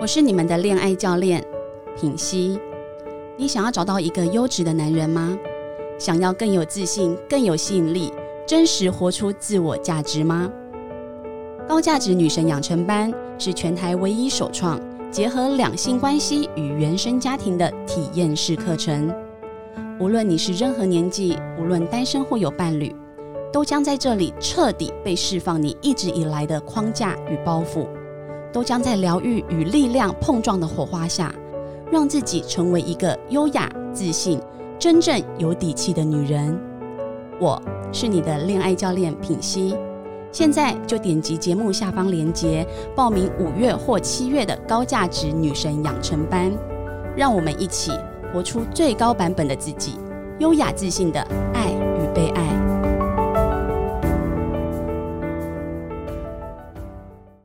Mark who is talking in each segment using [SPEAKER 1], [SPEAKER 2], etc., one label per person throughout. [SPEAKER 1] 我是你们的恋爱教练品熙。你想要找到一个优质的男人吗？想要更有自信、更有吸引力，真实活出自我价值吗？高价值女神养成班是全台唯一首创结合两性关系与原生家庭的体验式课程。无论你是任何年纪，无论单身或有伴侣，都将在这里彻底被释放你一直以来的框架与包袱。都将在疗愈与力量碰撞的火花下，让自己成为一个优雅、自信、真正有底气的女人。我是你的恋爱教练品熙，现在就点击节目下方链接报名五月或七月的高价值女神养成班，让我们一起活出最高版本的自己，优雅自信的爱与被爱。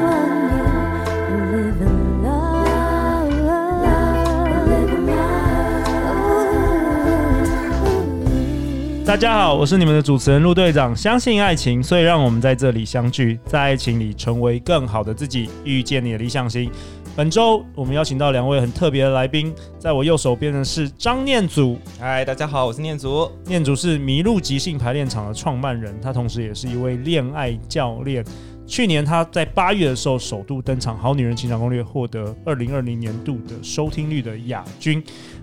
[SPEAKER 2] one you live in love, live in love.
[SPEAKER 3] 大家好，我是你们的主持人陆队长。相信爱情，所以让我们在这里相聚，在爱情里成为更好的自己，遇见你的理想型。本周我们邀请到两位很特别的来宾，在我右手边的是张念祖，
[SPEAKER 4] 嗨，大家好，我是念祖。
[SPEAKER 3] 念祖是麋鹿即兴排练场的创办人，他同时也是一位恋爱教练。去年他在八月的时候首度登场，《好女人情场攻略》获得二零二零年度的收听率的亚军。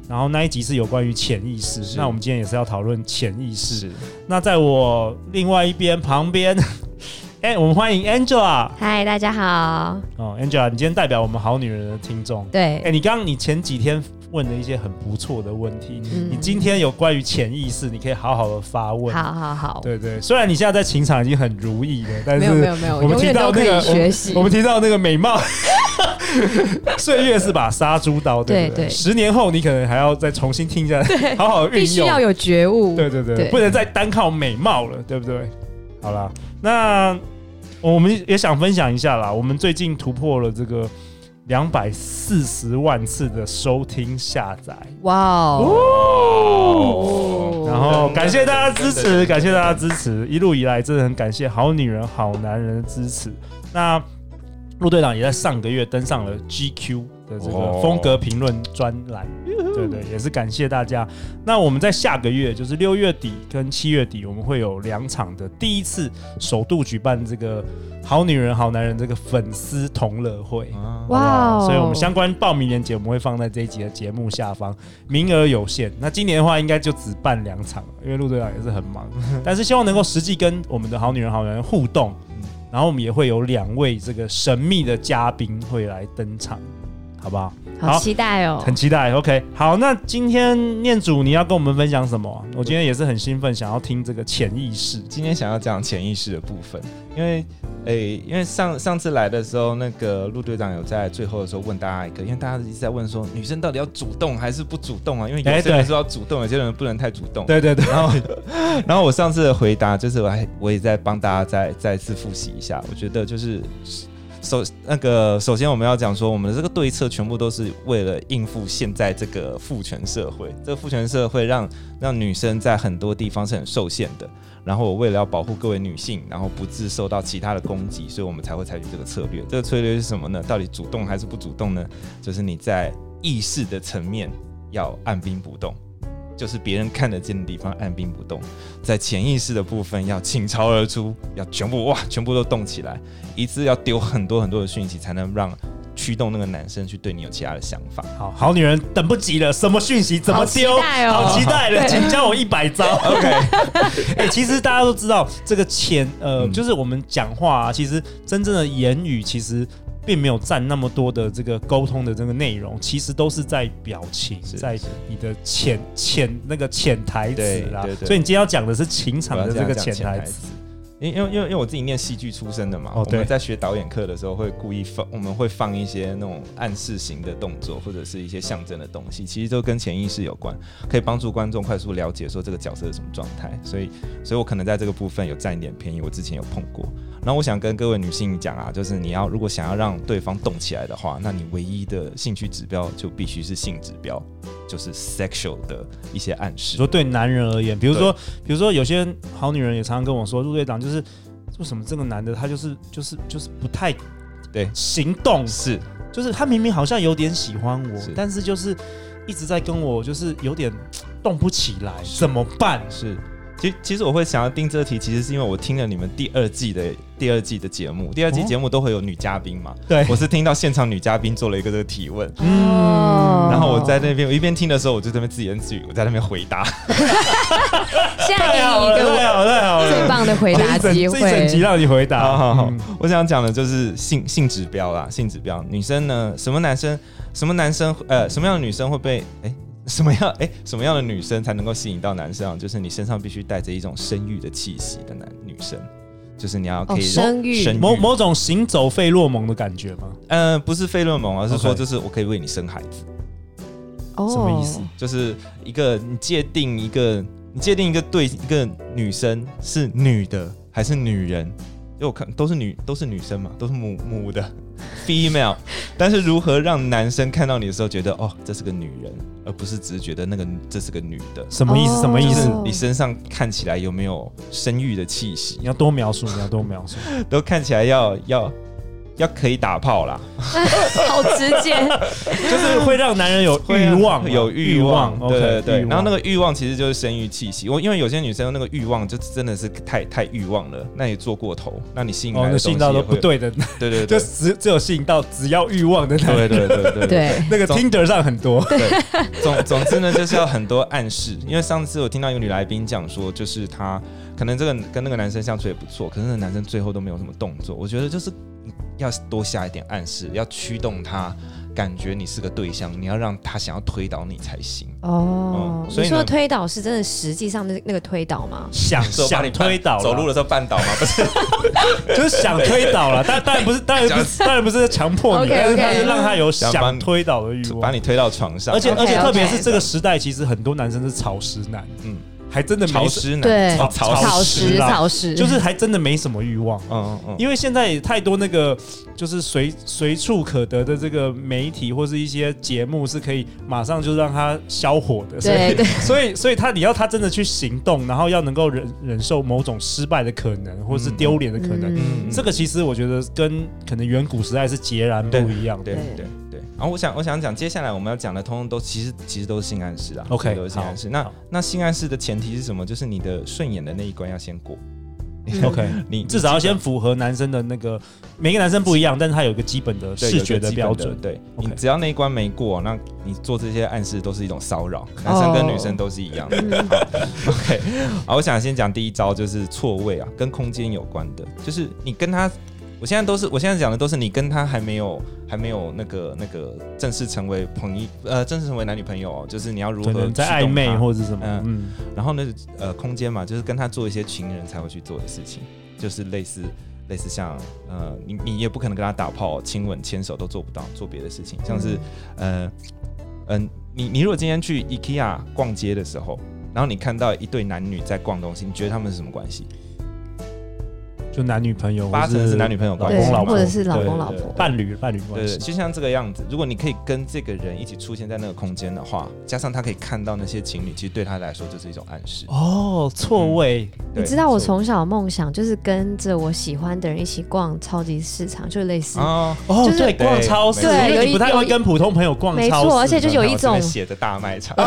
[SPEAKER 3] 然后那一集是有关于潜意识，那我们今天也是要讨论潜意识。那在我另外一边旁边， 哎、我们欢迎 Angela
[SPEAKER 5] 嗨，大家好。
[SPEAKER 3] 哦，Angela，你今天代表我们好女人的听众。哎、
[SPEAKER 5] 对，
[SPEAKER 3] 你刚刚你前几天问了一些很不错的问题，
[SPEAKER 5] 嗯
[SPEAKER 3] 你今天有关于潜意识，你可以好好的发问。
[SPEAKER 5] 好好好，
[SPEAKER 3] 对对，虽然你现在在情场已经很如意了，但
[SPEAKER 5] 没
[SPEAKER 3] 是
[SPEAKER 5] 有没有没有，
[SPEAKER 3] 我们
[SPEAKER 5] 永
[SPEAKER 3] 提
[SPEAKER 5] 远
[SPEAKER 3] 到
[SPEAKER 5] 都可
[SPEAKER 3] 那个
[SPEAKER 5] 以学习
[SPEAKER 3] 我。们提到那个美貌， 岁月是把杀猪刀，对不
[SPEAKER 5] 对对
[SPEAKER 3] 十年后你可能还要再重新听一下，好好
[SPEAKER 5] 必
[SPEAKER 3] 运
[SPEAKER 5] 须
[SPEAKER 3] 用。
[SPEAKER 5] 要有觉悟。
[SPEAKER 3] 对对对，
[SPEAKER 5] 对
[SPEAKER 3] 不能再单靠美貌了，对不对？好啦，那我们也想分享一下啦，我们最近突破了这个两百四十万次的收听下载。
[SPEAKER 5] 哇哦！
[SPEAKER 3] 哦，然后感谢大家支持，感谢大家支持，一路以来真的很感谢好女人、好男人的支持。那陆队长也在上个月登上了 GQ 的这个
[SPEAKER 4] 哦
[SPEAKER 3] 风格评论专栏，对对，也是感谢大家。那我们在下个月，就是六月底跟七月底，我们会有两场的第一次首度举办这个“好女人、好男人”这个粉丝同乐会。
[SPEAKER 4] 啊
[SPEAKER 5] 哇哦！
[SPEAKER 3] 所以我们相关报名链接我们会放在这一集的节目下方，名额有限。那今年的话，应该就只办两场，因为陆队长也是很 忙，但是希望能够实际跟我们的好女人、好男人互动。然后我们也会有两位这个神秘的嘉宾会来登场，好不好？
[SPEAKER 5] 好期待哦
[SPEAKER 3] 很。期待。OK，好，那今天念祖你要跟我们分享什么啊？我今天也是很兴奋，想要听这个潜意识。
[SPEAKER 4] 今天想要讲潜意识的部分，因为诶、因为上上次来的时候，那个陆队长有在最后的时候问大家一个，因为大家一直在问说女生到底要主动还是不主动啊？因为
[SPEAKER 3] 哎
[SPEAKER 4] 有些
[SPEAKER 3] 对
[SPEAKER 4] 人说要主动，有些人不能太主动。
[SPEAKER 3] 对对对，
[SPEAKER 4] 然后，然后我 上次的回答就是，我还我也在帮大家再再次复习一下。我觉得就是首那个首先我们要讲说，我们的这个对策全部都是为了应付现在这个父权社会。这个父权社会让让女生在很多地方是很受限的。然后我为了要保护各位女性，然后不致受到其他的攻击，所以我们才会采取这个策略。这个策略是什么呢？到底主动还是不主动呢？就是你在意识的层面要按兵不动。就是别人看得见的地方按兵不动，在潜意识的部分要倾巢而出，要全部哇，全部都动起来，一次要丢很多很多的讯息，才能让驱动那个男生去对你有其他的想法。
[SPEAKER 3] 好好女人等不及了，什么讯息怎么
[SPEAKER 5] 好期
[SPEAKER 3] 丢？
[SPEAKER 5] 待哦
[SPEAKER 3] 好期待了，请教我一百招。
[SPEAKER 4] OK，
[SPEAKER 3] 哎、其实大家都知道，这个潜呃，
[SPEAKER 4] 嗯
[SPEAKER 3] 就是我们讲话、啊，其实真正的言语其实并没有占那么多的这个沟通的这个内容，其实都是在表情，
[SPEAKER 4] 是
[SPEAKER 3] 在你的潜潜那个潜台词
[SPEAKER 4] 对
[SPEAKER 3] 啦
[SPEAKER 4] 对。对
[SPEAKER 3] 所以你今天要讲的是情场
[SPEAKER 4] 我要
[SPEAKER 3] 的这
[SPEAKER 4] 样
[SPEAKER 3] 个
[SPEAKER 4] 讲
[SPEAKER 3] 潜台词。
[SPEAKER 4] 词。因因为因为因为我自己念戏剧出身的嘛，
[SPEAKER 3] 哦
[SPEAKER 4] 我
[SPEAKER 3] 对
[SPEAKER 4] 们在学导演课的时候会故意放，我们会放一些那种暗示型的动作或者是一些象征的东西，其实都跟潜意识有关，可以帮助观众快速了解说这个角色是什么状态。所以所以我可能在这个部分有占一点便宜，我之前有碰过。然后我想跟各位女性讲啊，就是你要如果想要让对方动起来的话，那你唯一的兴趣指标就必须是性指标，就是 sexual 的一些暗示。
[SPEAKER 3] 说对男人而言，比如说，比如说有些好女人也常常跟我说，陆队长就是为什么这个男的他就是就是就是不太
[SPEAKER 4] 对
[SPEAKER 3] 行动，
[SPEAKER 4] 是
[SPEAKER 3] 就是他明明好像有点喜欢我
[SPEAKER 4] 是，
[SPEAKER 3] 但是就是一直在跟我就是有点动不起来，怎么办？
[SPEAKER 4] 是，其其实我会想要定这题，其实是因为我听了你们第二季的第二季的节目，第二季
[SPEAKER 3] 哦
[SPEAKER 4] 节目都会有女嘉宾嘛，
[SPEAKER 3] 对
[SPEAKER 4] 我是听到现场女嘉宾做了一个这个提问。
[SPEAKER 3] 嗯
[SPEAKER 5] 哦
[SPEAKER 4] 然后我在那边，我一边听的时候，我就在那边自言自语，我在那边回答。
[SPEAKER 5] 现在
[SPEAKER 3] 太好
[SPEAKER 5] 给你一
[SPEAKER 3] 了，
[SPEAKER 5] 个
[SPEAKER 3] 太好了，太好了！
[SPEAKER 5] 最棒的回答
[SPEAKER 3] 这一
[SPEAKER 5] 机
[SPEAKER 3] 啊整这一整集
[SPEAKER 5] 会，
[SPEAKER 3] 让你回答，
[SPEAKER 4] 好 好好，
[SPEAKER 3] 嗯
[SPEAKER 4] 我想讲的就是性性指标啦，性指标。女生呢，什么男生，什么男生，呃，什么样的女生会被哎？什么样哎、什么样的女生才能够吸引到男生啊？就是你身上必须带着一种生育的气息的男女生，就是你要可
[SPEAKER 5] 哦
[SPEAKER 4] 以
[SPEAKER 5] 生育
[SPEAKER 4] 生育
[SPEAKER 3] 某某种行走费洛蒙的感觉吗？
[SPEAKER 4] 呃，不是费洛蒙，而是说
[SPEAKER 3] OK
[SPEAKER 4] 就是我可以为你生孩子，
[SPEAKER 5] 哦
[SPEAKER 3] 什么意思？
[SPEAKER 4] 就是一个你界定一个你界定一个对一个女生是女的还是女人，因为我看都是女都是女生嘛，都是母母的 female，但 是如何让男生看到你的时候觉得哦这是个女人，而不是只是觉得那个这是个女的，
[SPEAKER 3] 什么意思？
[SPEAKER 5] 哦
[SPEAKER 3] 什么意
[SPEAKER 4] 就
[SPEAKER 3] 思
[SPEAKER 4] 是？你身上看起来有没有生育的气息
[SPEAKER 3] 你，要多描述，你要多 描述。
[SPEAKER 4] 都看起来要要要可以打炮啦。
[SPEAKER 5] 好直 接，
[SPEAKER 3] 就是会让男人有
[SPEAKER 4] 会
[SPEAKER 3] 欲
[SPEAKER 4] 啊
[SPEAKER 3] 望嘛，
[SPEAKER 4] 有欲望，
[SPEAKER 3] OK，
[SPEAKER 4] 对对对
[SPEAKER 3] 欲。望
[SPEAKER 4] 然后那个欲望其实就是生育气息。我因为有些女生那个欲望就真的是太太欲望了，那也做过头，那你吸引来
[SPEAKER 3] 哦，
[SPEAKER 4] 的
[SPEAKER 3] 那
[SPEAKER 4] 东西
[SPEAKER 3] 吸引到
[SPEAKER 4] 也
[SPEAKER 3] 都
[SPEAKER 4] 会
[SPEAKER 3] 不，对 的，
[SPEAKER 4] 对对
[SPEAKER 3] 就
[SPEAKER 4] 对
[SPEAKER 3] 只只有吸引到只要欲望的男人，
[SPEAKER 4] 对对对对对。
[SPEAKER 5] 对，
[SPEAKER 3] 那个
[SPEAKER 4] 总
[SPEAKER 3] Tinder 上很多。
[SPEAKER 4] 总总之呢，就是要很多暗示。因为上次我听到一个女来宾讲说，就是她可能这个跟那个男生相处也不错，可是那个男生最后都没有什么动作。我觉得就是要多下一点暗示，要驱动他感觉你是个对象，你要让他想要推倒你才行。
[SPEAKER 5] 哦
[SPEAKER 4] 嗯，所
[SPEAKER 5] 你
[SPEAKER 4] 以
[SPEAKER 5] 说
[SPEAKER 4] 呢
[SPEAKER 5] 的推导是真的实际上的那个推导吗？
[SPEAKER 3] 想
[SPEAKER 4] 所以我把你
[SPEAKER 3] 想推倒啦
[SPEAKER 4] 走路的时候绊倒嘛，不是？
[SPEAKER 3] 就是想推倒了，但当然不是，当然不是， 当然不是强迫你，但
[SPEAKER 5] OK，OK
[SPEAKER 3] 是他是让他有
[SPEAKER 4] 想把
[SPEAKER 3] 想
[SPEAKER 4] 你
[SPEAKER 3] 推倒的欲
[SPEAKER 4] 把
[SPEAKER 3] 望。
[SPEAKER 4] 你推到床上，
[SPEAKER 3] 而且
[SPEAKER 5] OK，
[SPEAKER 3] 而且，特别
[SPEAKER 5] OK
[SPEAKER 3] 是这个时代，其实很多男生是草食男，
[SPEAKER 4] 嗯
[SPEAKER 3] 嗯，还真的没
[SPEAKER 4] 潮
[SPEAKER 3] 什，
[SPEAKER 4] 湿男，
[SPEAKER 5] 对
[SPEAKER 4] 潮
[SPEAKER 3] 草
[SPEAKER 4] 潮
[SPEAKER 5] 草
[SPEAKER 3] 食
[SPEAKER 5] 食，
[SPEAKER 3] 啦
[SPEAKER 5] 草食，
[SPEAKER 3] 就是还真的没什么欲望。
[SPEAKER 4] 嗯嗯嗯，
[SPEAKER 3] 因为现在也太多那个就是随随处可得的这个媒体或是一些节目是可以马上就让他消火的，所
[SPEAKER 5] 对
[SPEAKER 3] 以
[SPEAKER 5] 对，
[SPEAKER 3] 所以所以他你要他真的去行动，然后要能够忍忍受某种失败的可能或是丢脸的可能。
[SPEAKER 5] 嗯
[SPEAKER 3] 这个其实我觉得跟可能远古时代是截然不一样的
[SPEAKER 4] 对。对对。然后我想我想讲，接下来我们要讲的，通通都其实其实都是性暗示啊
[SPEAKER 3] OK，
[SPEAKER 4] 其实都是性暗示。
[SPEAKER 3] 好
[SPEAKER 4] 那
[SPEAKER 3] 好
[SPEAKER 4] 那性暗示的前提是什么？就是你的顺眼的那一关要先过，
[SPEAKER 5] 嗯
[SPEAKER 3] OK，
[SPEAKER 4] 你
[SPEAKER 3] 至少要先符合男生的那个每个男生不一样，但是他有一个基本的
[SPEAKER 4] 对
[SPEAKER 3] 视觉的标
[SPEAKER 4] 有
[SPEAKER 3] 准
[SPEAKER 4] 一个基本。的对你
[SPEAKER 3] OK
[SPEAKER 4] 只要那一关没过，那你做这些暗示都是一种骚
[SPEAKER 5] 哦
[SPEAKER 4] 扰，男生跟女生都是一样的。嗯
[SPEAKER 5] 嗯
[SPEAKER 4] 好 OK，好，我想先讲第一招，就是错位啊，跟空间有关的，就是你跟他。我现在都是，我现在讲的都是你跟他还没有还没有那个那个正式成为朋友，呃，正式成为男女朋友、哦，就是你要如
[SPEAKER 3] 可
[SPEAKER 4] 何
[SPEAKER 3] 能在
[SPEAKER 4] 驱动
[SPEAKER 3] 暧昧
[SPEAKER 4] 他
[SPEAKER 3] 或者是什么，
[SPEAKER 4] 嗯
[SPEAKER 3] 嗯，
[SPEAKER 4] 然后呢，呃，空间嘛，就是跟他做一些情人才会去做的事情，就是类似类似像呃，你你也不可能跟他打炮、亲吻、牵手都做不到，做别的事情，像是呃嗯、你你如果今天去 IKEA 逛街的时候，然后你看到一对男女在逛东西，你觉得他们是什么关系？
[SPEAKER 3] 就男女朋友，
[SPEAKER 4] 八成是男女朋友
[SPEAKER 3] 老
[SPEAKER 4] 关系，
[SPEAKER 5] 对
[SPEAKER 3] 公老婆
[SPEAKER 5] 或者是老
[SPEAKER 4] 对
[SPEAKER 5] 公
[SPEAKER 4] 对
[SPEAKER 5] 老
[SPEAKER 4] 对
[SPEAKER 5] 婆，
[SPEAKER 3] 伴侣伴侣
[SPEAKER 4] 对
[SPEAKER 3] 关
[SPEAKER 4] 对，
[SPEAKER 3] 系。
[SPEAKER 4] 就像这个样子。如果你可以跟这个人一起出现在那个空间的话，加上他可以看到那些情侣，其实对他来说就是一种暗示。
[SPEAKER 3] 哦，错位，
[SPEAKER 5] 你
[SPEAKER 4] 对
[SPEAKER 5] 知道我
[SPEAKER 4] 所以
[SPEAKER 5] 从小梦想就是跟着我喜欢的人一起逛超级市场，就类似，
[SPEAKER 4] 哦，
[SPEAKER 3] 哦，
[SPEAKER 5] 就是
[SPEAKER 3] 对，逛超市，
[SPEAKER 5] 对
[SPEAKER 3] 因
[SPEAKER 5] 有
[SPEAKER 3] 为
[SPEAKER 5] 一
[SPEAKER 3] 你不太会跟普通朋友逛
[SPEAKER 5] 没
[SPEAKER 3] 超市，
[SPEAKER 5] 错，而且就有一
[SPEAKER 4] 然后这
[SPEAKER 5] 种
[SPEAKER 4] 边写的大卖场，
[SPEAKER 5] 哦，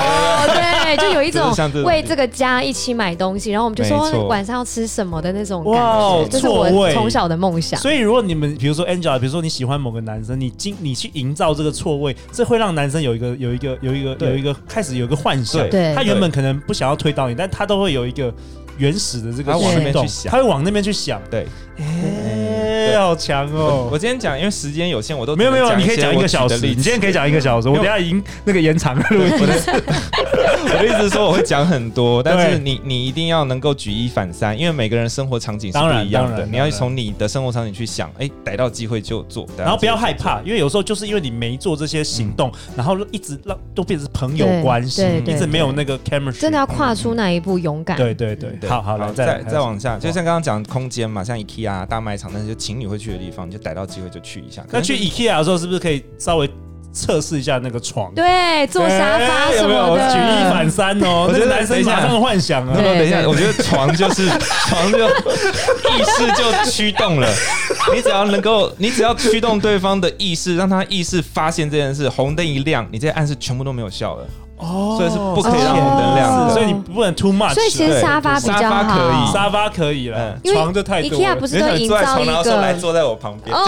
[SPEAKER 5] 对，就有一
[SPEAKER 4] 就
[SPEAKER 5] 种
[SPEAKER 4] 是像这种
[SPEAKER 5] 为这个家一起买东西，然后我们就
[SPEAKER 4] 没错
[SPEAKER 5] 说晚上要吃什么的那种感
[SPEAKER 3] 哇
[SPEAKER 5] 觉
[SPEAKER 3] 哦，
[SPEAKER 5] 这是
[SPEAKER 3] 错
[SPEAKER 5] 我
[SPEAKER 3] 位
[SPEAKER 5] 从小的梦想。
[SPEAKER 3] 所以如果你们比如说 Angela，比如说你喜欢某个男生，你经你去营造这个错位，这会让男生有一个有一个有一个
[SPEAKER 4] 对
[SPEAKER 3] 有一个开始有一个幻想，
[SPEAKER 5] 对
[SPEAKER 3] 他原本可能不想要推倒你，但他都会有一个原始的这个
[SPEAKER 4] 他
[SPEAKER 5] 往那
[SPEAKER 3] 驱
[SPEAKER 4] 边
[SPEAKER 3] 动
[SPEAKER 4] 去，想
[SPEAKER 3] 他会往那边去想，
[SPEAKER 4] 对，
[SPEAKER 3] 哎，好强
[SPEAKER 4] 我
[SPEAKER 3] 哦
[SPEAKER 4] 我！今天讲，因为时间有限，我都
[SPEAKER 3] 没有没有，你可以
[SPEAKER 4] 讲
[SPEAKER 3] 讲一个小时，你今天可以讲一个小时，我
[SPEAKER 4] 没有
[SPEAKER 3] 等一下已经那个延长了。
[SPEAKER 4] 我的 我就一直说我会讲很多，但是
[SPEAKER 3] 对
[SPEAKER 4] 你你一定要能够举一反三，因为每个人生活场景是
[SPEAKER 3] 当
[SPEAKER 4] 不
[SPEAKER 3] 然
[SPEAKER 4] 一样
[SPEAKER 3] 当
[SPEAKER 4] 的，
[SPEAKER 3] 然
[SPEAKER 4] 你要
[SPEAKER 3] 当然
[SPEAKER 4] 从你的生活场景去想，哎，逮到机会就做，逮到
[SPEAKER 3] 然后不要
[SPEAKER 4] 机会
[SPEAKER 3] 害
[SPEAKER 4] 就
[SPEAKER 3] 怕，
[SPEAKER 4] 做
[SPEAKER 3] 因为有时候就是因为你没做这些行动，
[SPEAKER 4] 嗯
[SPEAKER 3] 然后一直让都变成朋友
[SPEAKER 5] 对
[SPEAKER 3] 关系
[SPEAKER 5] 对，
[SPEAKER 3] 一
[SPEAKER 5] 对
[SPEAKER 3] 直没有
[SPEAKER 5] 对
[SPEAKER 3] 那个 camera，
[SPEAKER 5] 真的要跨出那一步，勇敢。
[SPEAKER 3] 对对对，
[SPEAKER 4] 嗯对
[SPEAKER 3] 好好来再来
[SPEAKER 4] 再
[SPEAKER 3] 还有
[SPEAKER 4] 再
[SPEAKER 3] 什么
[SPEAKER 4] 往下，就像刚刚讲空间嘛，像 IKEA 啊大卖场那些情侣会去的地方，你就逮到机会就去一下。可
[SPEAKER 3] 那
[SPEAKER 4] 能
[SPEAKER 3] 去 IKEA 的时候是不是可以稍微测试一下那个床？
[SPEAKER 5] 对，坐沙发
[SPEAKER 3] 哎
[SPEAKER 5] 什
[SPEAKER 3] 有没
[SPEAKER 5] 么
[SPEAKER 3] 有
[SPEAKER 5] 的，
[SPEAKER 3] 举一反三哦？
[SPEAKER 4] 我
[SPEAKER 3] 那
[SPEAKER 4] 觉
[SPEAKER 3] 个
[SPEAKER 4] 得
[SPEAKER 3] 男生马上幻想
[SPEAKER 4] 没
[SPEAKER 3] 啊
[SPEAKER 5] 对，
[SPEAKER 4] 有等一下，
[SPEAKER 5] 对
[SPEAKER 4] 我觉得床就是 床就意识就驱动了，你只要能够，你只要驱动对方的意识，让他意识发现这件事，红灯一亮，你这些暗示全部都没有效了。
[SPEAKER 3] 哦
[SPEAKER 4] 所以是不可以让红灯亮
[SPEAKER 5] 的
[SPEAKER 3] 所以你不能 too much。
[SPEAKER 5] 哦
[SPEAKER 3] 啊
[SPEAKER 5] 所以其实
[SPEAKER 4] 对
[SPEAKER 5] 沙发比
[SPEAKER 4] 沙
[SPEAKER 5] 较
[SPEAKER 4] 发可以
[SPEAKER 5] 好。
[SPEAKER 3] 沙发可以
[SPEAKER 4] 嗯
[SPEAKER 3] 了，
[SPEAKER 5] 因为
[SPEAKER 3] 床就太多
[SPEAKER 5] IKEA 不
[SPEAKER 3] 了。
[SPEAKER 5] 是都营
[SPEAKER 4] 坐在
[SPEAKER 5] 造
[SPEAKER 4] 床，
[SPEAKER 5] 一
[SPEAKER 4] 然后说来
[SPEAKER 5] 个
[SPEAKER 4] 坐在我旁边，
[SPEAKER 5] 哦，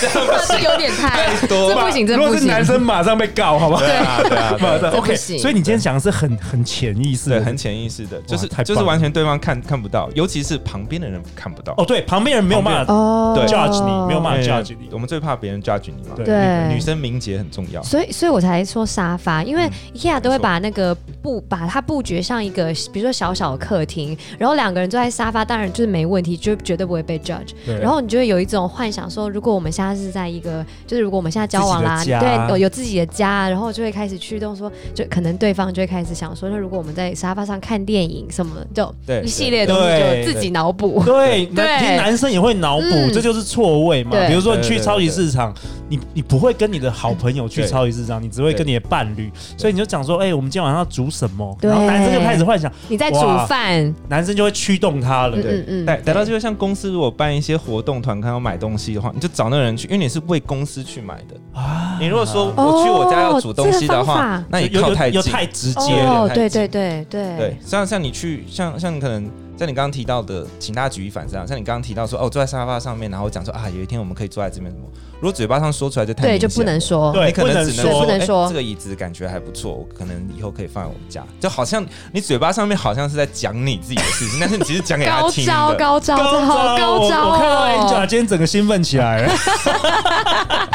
[SPEAKER 5] 这有点太
[SPEAKER 4] 太多
[SPEAKER 5] 这不行，这
[SPEAKER 3] 如
[SPEAKER 5] 不
[SPEAKER 3] 果是
[SPEAKER 5] 行。
[SPEAKER 3] 男生，马上被告，好不好？
[SPEAKER 4] 对啊，对啊，对
[SPEAKER 3] 马
[SPEAKER 4] 啊
[SPEAKER 3] 上
[SPEAKER 5] 这不
[SPEAKER 3] OK。
[SPEAKER 5] 行
[SPEAKER 3] 所以你今天讲的是很很潜意识
[SPEAKER 4] 对，
[SPEAKER 3] 的，
[SPEAKER 4] 很潜意识的，就是
[SPEAKER 3] 太棒
[SPEAKER 4] 就是
[SPEAKER 3] 了
[SPEAKER 4] 完全对方看看不到，尤其是旁边的人看不到。
[SPEAKER 3] 哦，对，旁边人没有办法
[SPEAKER 5] 哦，
[SPEAKER 4] 对
[SPEAKER 3] judge 你，没有办
[SPEAKER 4] 对
[SPEAKER 3] 法 judge 你。
[SPEAKER 4] 我们最怕别人 judge 你嘛。
[SPEAKER 3] 对
[SPEAKER 5] 对
[SPEAKER 4] 女女生名节很重要。
[SPEAKER 5] 所以，所以我才说沙发，因为
[SPEAKER 4] 嗯
[SPEAKER 5] IKEA 都
[SPEAKER 4] 没
[SPEAKER 5] 会
[SPEAKER 4] 错
[SPEAKER 5] 把那个布把它布局像一个，比如说小小的客厅，然后两个人坐在沙发，当然就是没问题，就绝对不会被 judge。
[SPEAKER 3] 对
[SPEAKER 5] 然后你就会有一种幻想说，如果我们现在是在一个，就是如果我们现在交往啦，
[SPEAKER 3] 自己的家
[SPEAKER 5] 对，有有自己的家，然后就会开始驱动说，就可能对方就会开始想说，那如果我们在沙发上看电影什么，就
[SPEAKER 4] 对
[SPEAKER 5] 一系列的东西
[SPEAKER 3] 对
[SPEAKER 5] 就自己脑补。
[SPEAKER 3] 对，
[SPEAKER 5] 对
[SPEAKER 3] 男其实男生也会脑补，
[SPEAKER 5] 嗯
[SPEAKER 3] 这就是错位嘛。
[SPEAKER 5] 对
[SPEAKER 3] 比如说你去
[SPEAKER 4] 对对对
[SPEAKER 3] 超级市场，你你不会跟你的好朋友去
[SPEAKER 4] 对
[SPEAKER 3] 超级市场，你只会跟你的伴侣，所以你就讲说，哎、我们今天晚上要煮什么？
[SPEAKER 5] 对
[SPEAKER 3] 然后男生就开始幻想，
[SPEAKER 5] 你在煮
[SPEAKER 3] 哇
[SPEAKER 5] 饭，
[SPEAKER 3] 男生就会驱动他了。
[SPEAKER 5] 嗯
[SPEAKER 4] 对
[SPEAKER 5] 嗯嗯，
[SPEAKER 4] 逮逮到就会像公司如果办一些活动团康要买东西的话，你就找那个人去，因为你是为公司去买的。
[SPEAKER 3] 啊，
[SPEAKER 4] 你如果说
[SPEAKER 5] 哦
[SPEAKER 4] 我去我家要煮东西
[SPEAKER 5] 这
[SPEAKER 4] 的
[SPEAKER 5] 个
[SPEAKER 4] 话，
[SPEAKER 5] 方法
[SPEAKER 4] 那你
[SPEAKER 3] 有
[SPEAKER 4] 靠
[SPEAKER 3] 有
[SPEAKER 4] 太
[SPEAKER 3] 有
[SPEAKER 4] 近。
[SPEAKER 3] 太直接了。
[SPEAKER 5] 哦，
[SPEAKER 4] 太
[SPEAKER 5] 对对
[SPEAKER 4] 近
[SPEAKER 5] 对对
[SPEAKER 4] 对，像像你去像像可能像你刚刚提到的，请大家举一反三。像你刚刚提到说哦，坐在沙发上面，然后我讲说啊，有一天我们可以坐在这边什么？如果嘴巴上说出来就太
[SPEAKER 5] 对，
[SPEAKER 4] 明
[SPEAKER 5] 就
[SPEAKER 4] 显
[SPEAKER 5] 不能
[SPEAKER 4] 了
[SPEAKER 5] 说。
[SPEAKER 3] 对
[SPEAKER 4] 你可
[SPEAKER 3] 不能
[SPEAKER 4] 能只能
[SPEAKER 3] 说
[SPEAKER 5] 不能
[SPEAKER 4] 哎
[SPEAKER 5] 说
[SPEAKER 4] 这个椅子感觉还不错，我可能以后可以放在我们家。就好像你嘴巴上面好像是在讲你自己的事情，但是你其实讲给他
[SPEAKER 5] 高
[SPEAKER 4] 听
[SPEAKER 5] 招，
[SPEAKER 4] 的。
[SPEAKER 5] 高招，这好高招
[SPEAKER 3] 我！我看到 Angela
[SPEAKER 5] 哦！
[SPEAKER 3] 今天整个兴奋起来 了。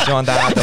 [SPEAKER 4] 希望大家都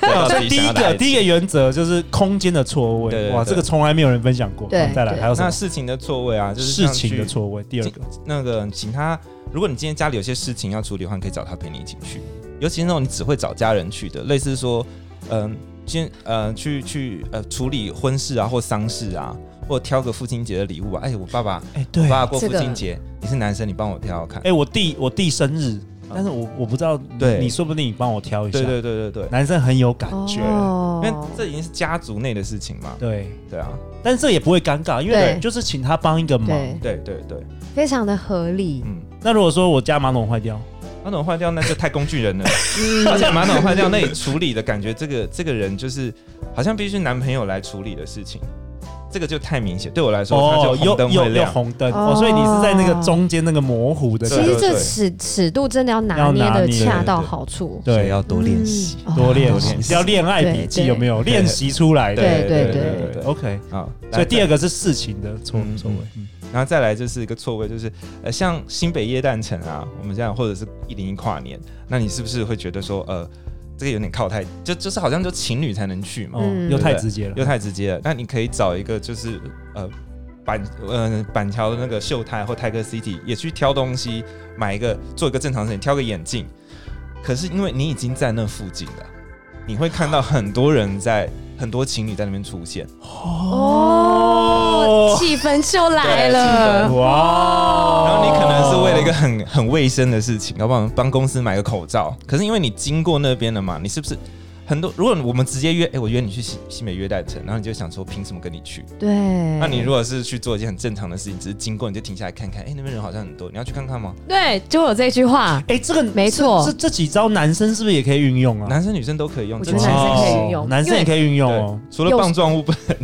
[SPEAKER 4] 得到
[SPEAKER 3] 所
[SPEAKER 4] 自
[SPEAKER 3] 以第
[SPEAKER 4] 己想
[SPEAKER 3] 一
[SPEAKER 4] 要的爱
[SPEAKER 3] 个
[SPEAKER 4] 情
[SPEAKER 3] 第一个原则就是空间的错
[SPEAKER 4] 对对
[SPEAKER 3] 位，
[SPEAKER 4] 对
[SPEAKER 3] 哇，这个从来没有人分享过。
[SPEAKER 5] 对
[SPEAKER 3] 好再来
[SPEAKER 5] 对
[SPEAKER 3] 还有什么
[SPEAKER 4] 那？事情的错位啊，就是
[SPEAKER 3] 事
[SPEAKER 4] 像
[SPEAKER 3] 情的
[SPEAKER 4] 去
[SPEAKER 3] 错位，第二个
[SPEAKER 4] 那个，请他，如果你今天家里有些事情要处理的话，你可以找他陪你一起去。尤其是那种你只会找家人去的，类似说，嗯、先呃去去呃处理婚事啊或丧事啊，或挑个父亲节的礼物啊。哎，我爸爸，
[SPEAKER 3] 哎，对
[SPEAKER 4] 我，爸爸过
[SPEAKER 5] 这
[SPEAKER 4] 父
[SPEAKER 5] 个
[SPEAKER 4] 亲节，你是男生，你帮我挑挑看。
[SPEAKER 3] 哎，我弟我弟生日，但是我我不知道，
[SPEAKER 4] 对
[SPEAKER 3] 你说不定你帮我挑一下。
[SPEAKER 4] 对对对对对，
[SPEAKER 3] 男生很有感觉，
[SPEAKER 5] 哦
[SPEAKER 4] 因为这已经是家族内的事情嘛。
[SPEAKER 3] 对，
[SPEAKER 4] 对啊，
[SPEAKER 3] 但是这也不会尴尬，因为
[SPEAKER 5] 对
[SPEAKER 3] 就是请他帮一个忙。
[SPEAKER 5] 对
[SPEAKER 4] 对对对，
[SPEAKER 5] 非常的合理。
[SPEAKER 4] 嗯，
[SPEAKER 3] 那如果说我家马桶坏掉，
[SPEAKER 4] 马桶坏掉那就太工具人了，而且马桶坏掉那里处理的感觉，这个这个人就是好像必须男朋友来处理的事情，这个就太明显。对我来说，他就红
[SPEAKER 3] 有
[SPEAKER 4] 灯会
[SPEAKER 3] 有有
[SPEAKER 4] 亮。
[SPEAKER 3] 哦红灯，
[SPEAKER 5] 哦
[SPEAKER 3] 哦，所以你是在那个中间那个模糊的，
[SPEAKER 5] 其
[SPEAKER 4] 对
[SPEAKER 5] 实
[SPEAKER 4] 对
[SPEAKER 5] 这
[SPEAKER 4] 对
[SPEAKER 5] 尺尺度真的要拿捏
[SPEAKER 3] 要拿
[SPEAKER 5] 的
[SPEAKER 3] 捏
[SPEAKER 5] 恰到好处，
[SPEAKER 4] 所以
[SPEAKER 3] 对，
[SPEAKER 4] 要多练
[SPEAKER 5] 嗯
[SPEAKER 4] 习。
[SPEAKER 5] 哦
[SPEAKER 3] 多练
[SPEAKER 4] 多
[SPEAKER 3] 习
[SPEAKER 4] 练，习
[SPEAKER 3] 叫恋爱笔记
[SPEAKER 5] 对对
[SPEAKER 3] 有没有
[SPEAKER 4] 对
[SPEAKER 3] 练习出来的？
[SPEAKER 5] 对对对
[SPEAKER 4] 对对
[SPEAKER 3] OK，
[SPEAKER 4] 啊，
[SPEAKER 3] 所以第二
[SPEAKER 4] 个，
[SPEAKER 3] 个是事情的错
[SPEAKER 4] 嗯
[SPEAKER 3] 错位，
[SPEAKER 4] 然后再来就是一个错位，就是呃，像新北耶诞城啊，我们这样或者是一零一跨年，那你是不是会觉得说，呃，这个有点靠太，就就是好像就情侣才能去嘛？
[SPEAKER 3] 哦，
[SPEAKER 5] 嗯
[SPEAKER 3] 又太直接了
[SPEAKER 4] 又。太直接了。那你可以找一个就是呃板呃板桥的那个秀泰或泰克 City 也去挑东西，买一个做一个正常人挑个眼镜。可是因为你已经在那附近了，你会看到很多人在很多情侣在那边出现，
[SPEAKER 5] 哦，气氛就来了。
[SPEAKER 3] 哇
[SPEAKER 4] 然后你可能是为了一个很很卫生的事情，要不然帮公司买个口罩。可是因为你经过那边了嘛，你是不是？很多，如果我们直接约，哎、我约你去西西美约旦城，然后你就想说，凭什么跟你去？
[SPEAKER 5] 对，
[SPEAKER 4] 那你如果是去做一件很正常的事情，只是经过你就停下来看看，哎、那边人好像很多，你要去看看吗？
[SPEAKER 5] 对就有这句话，
[SPEAKER 3] 哎，这个
[SPEAKER 5] 没错
[SPEAKER 3] 这这这几招男生是不是也可以运用啊？
[SPEAKER 4] 男生女生都可以用，
[SPEAKER 5] 我
[SPEAKER 4] 这
[SPEAKER 5] 觉得
[SPEAKER 4] 是
[SPEAKER 5] 男生可以运
[SPEAKER 3] 哦
[SPEAKER 5] 用
[SPEAKER 3] 男生也可以运用哦。
[SPEAKER 4] 对除了棒状物不能，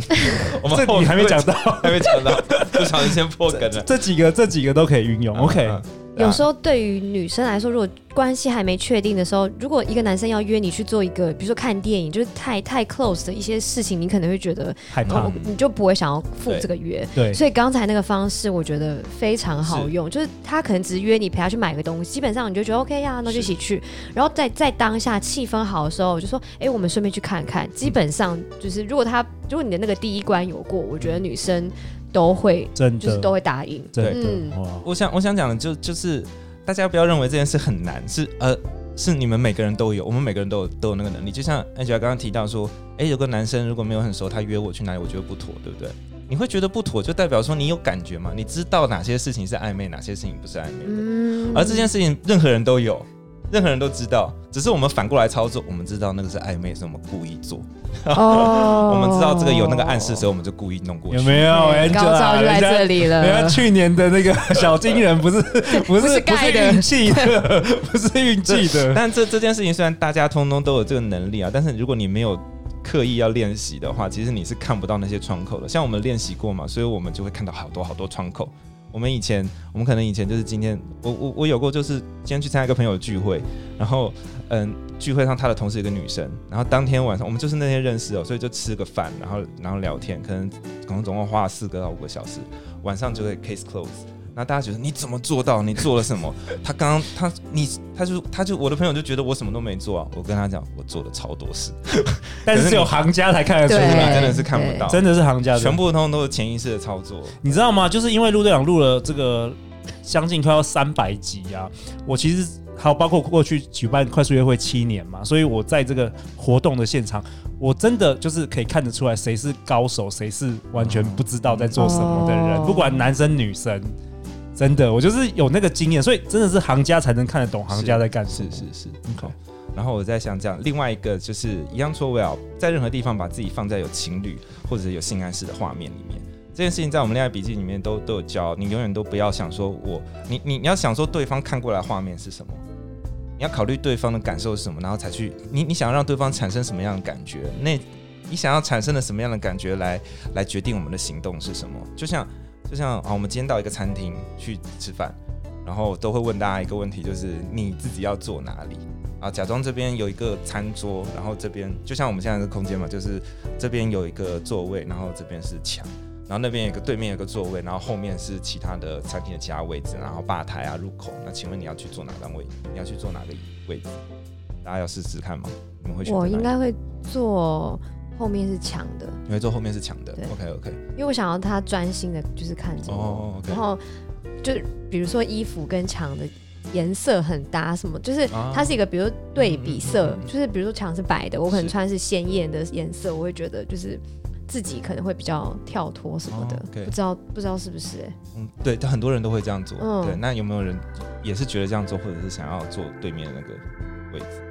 [SPEAKER 4] 我们
[SPEAKER 3] 这
[SPEAKER 4] 后
[SPEAKER 3] 你还没讲到，
[SPEAKER 4] 还没讲到，不小心先破梗了。
[SPEAKER 3] 这几个这几个都可以运用。
[SPEAKER 4] 嗯
[SPEAKER 3] OK，
[SPEAKER 4] 嗯
[SPEAKER 5] 有时候对于女生来说，如果关系还没确定的时候，如果一个男生要约你去做一个，比如说看电影，就是太太 close 的一些事情，你可能会觉得，
[SPEAKER 3] 害
[SPEAKER 4] 嗯
[SPEAKER 3] 怕
[SPEAKER 5] 哦，你就不会想要赴这个约。
[SPEAKER 3] 对，
[SPEAKER 5] 所以刚才那个方式，我觉得非常好用，就是他可能只是约你陪他去买个东西，基本上你就觉得 OK 呀、那就一起去。然后在在当下气氛好的时候，我就说，哎、我们顺便去看看。基本上就是，如果他如果你的那个第一关有过，我觉得女生都会
[SPEAKER 3] 真
[SPEAKER 5] 就是
[SPEAKER 3] 的，
[SPEAKER 5] 都会答应。
[SPEAKER 3] 真
[SPEAKER 5] 嗯
[SPEAKER 3] 的，哇，
[SPEAKER 4] 我想我想讲的就就是大家不要认为这件事很难，是呃是你们每个人都有，我们每个人都有都有那个能力。就像 Angela 刚刚提到说，诶，有个男生如果没有很熟，他约我去哪里，我觉得不妥，对不对？你会觉得不妥，就代表说你有感觉嘛？你知道哪些事情是暧昧，哪些事情不是暧昧的。
[SPEAKER 5] 嗯
[SPEAKER 4] 而这件事情任何人都有，任何人都知道，只是我们反过来操作，我们知道那个是暧昧，所以我们故意做。
[SPEAKER 5] 哦
[SPEAKER 4] 我们知道这个有那个暗示，所以我们就故意弄过去。
[SPEAKER 3] 有没有
[SPEAKER 5] 对
[SPEAKER 4] 啊
[SPEAKER 5] 高招
[SPEAKER 3] Angela？
[SPEAKER 5] 就在
[SPEAKER 3] 人家
[SPEAKER 5] 这里
[SPEAKER 3] 人家
[SPEAKER 5] 了。
[SPEAKER 3] 去年的那 个小金人 不是不
[SPEAKER 5] 不
[SPEAKER 3] 是
[SPEAKER 5] 是
[SPEAKER 3] 不
[SPEAKER 5] 盖
[SPEAKER 3] 是
[SPEAKER 5] 的
[SPEAKER 3] 运气的， 不是运气的，
[SPEAKER 4] 但这这件事情虽然大家通通都有这个能力啊，但是如果你没有刻意要练习的话，其实你是看不到那些窗口的。像我们练习过嘛，所以我们就会看到好多好多窗口。我们以前，我们可能以前就是今天，我我我有过，就是今天去参加一个朋友的聚会，然后嗯，聚会上他的同事有一个女生，然后当天晚上我们就是那天认识哦，所以就吃个饭，然后然后聊天，可能可能总共花了四个到五个小时，晚上就会 case close。那大家觉得你怎么做到？你做了什么？他刚刚他你他就他就我的朋友就觉得我什么都没做啊，我跟他讲我做了超多事，
[SPEAKER 3] 但是只有行家才看得出
[SPEAKER 5] 对
[SPEAKER 4] 你
[SPEAKER 3] 来，
[SPEAKER 4] 真的是看不到，
[SPEAKER 3] 真的是行家，
[SPEAKER 4] 全部通通都是潜意识的操作。
[SPEAKER 3] 你知道吗？就是因为陆队长录了这个将近快要三百集啊，我其实还有包括过去举办快速约会七年嘛，所以我在这个活动的现场，我真的就是可以看得出来谁是高手，谁是完全不知道在做什么的人，
[SPEAKER 5] 哦
[SPEAKER 3] 不管男生女生。真的，我就是有那个经验，所以真的是行家才能看得懂行家在干什
[SPEAKER 4] 是
[SPEAKER 3] 么。
[SPEAKER 4] 是是，
[SPEAKER 3] OK
[SPEAKER 4] 好。然后我在想这样，另外一个就是一样说，我要在任何地方把自己放在有情侣或者有性暗示的画面里面。这件事情在我们恋爱笔记里面都都有教，你永远都不要想说我，你你你要想说对方看过来的画面是什么，你要考虑对方的感受是什么，然后才去你你想要让对方产生什么样的感觉，那你想要产生的什么样的感觉来来决定我们的行动是什么。就像就像啊，我们今天到一个餐厅去吃饭，然后都会问大家一个问题，就是你自己要坐哪里啊？假装这边有一个餐桌，然后这边就像我们现在的空间嘛，就是这边有一个座位，然后这边是墙。然后那边有一个对面有一个座位，然后后面是其他的餐厅的其他位置，然后吧台啊入口。那请问你要去坐哪张位？你要去坐哪个位置？大家要试试看吗？你们会选择
[SPEAKER 5] 我
[SPEAKER 4] 哪一个
[SPEAKER 5] 应该会坐后面是墙的，
[SPEAKER 4] 你会坐后面是墙的
[SPEAKER 5] 对。
[SPEAKER 4] OK OK
[SPEAKER 5] 因为我想要他专心的，就是看着我。
[SPEAKER 4] 哦、o
[SPEAKER 5] 然
[SPEAKER 4] k
[SPEAKER 5] 后就比如说衣服跟墙的颜色很搭，什么就是
[SPEAKER 4] 啊
[SPEAKER 5] 它是一个比如对比色，
[SPEAKER 4] 嗯嗯嗯嗯
[SPEAKER 5] 就是比如说墙是白的，我可能
[SPEAKER 4] 是
[SPEAKER 5] 穿是鲜艳的颜色，我会觉得就是自己可能会比较跳脱什么的，
[SPEAKER 4] 哦，OK
[SPEAKER 5] 不知道不知道是不是、欸？
[SPEAKER 4] 嗯，对，很多人都会这样做。
[SPEAKER 5] 嗯
[SPEAKER 4] 对，那有没有人也是觉得这样做，或者是想要坐对面的那个位置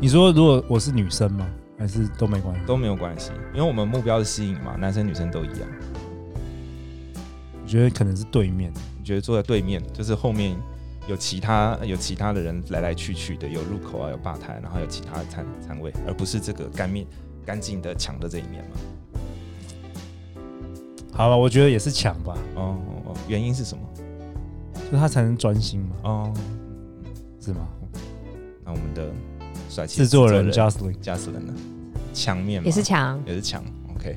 [SPEAKER 3] 你说如果我是女生吗？还是都没关系？
[SPEAKER 4] 都没有关系，因为我们目标是吸引嘛，男生女生都一样。
[SPEAKER 3] 我觉得可能是对面。
[SPEAKER 4] 你觉得坐在对面，就是后面有其他有其他的人来来去去的，有入口啊，有吧台，然后有其他的餐餐位，而不是这个干面干净的墙的这一面嘛？
[SPEAKER 3] 好了，我觉得也是抢吧，
[SPEAKER 4] 哦哦，哦原因是什么？
[SPEAKER 3] 就他才能专心嘛，
[SPEAKER 4] 哦，
[SPEAKER 3] 是吗？
[SPEAKER 4] 那我们的帅气
[SPEAKER 3] 制作人 Justin，
[SPEAKER 4] 加斯人呢？墙面嘛，
[SPEAKER 5] 也是墙
[SPEAKER 4] 也是墙。OK，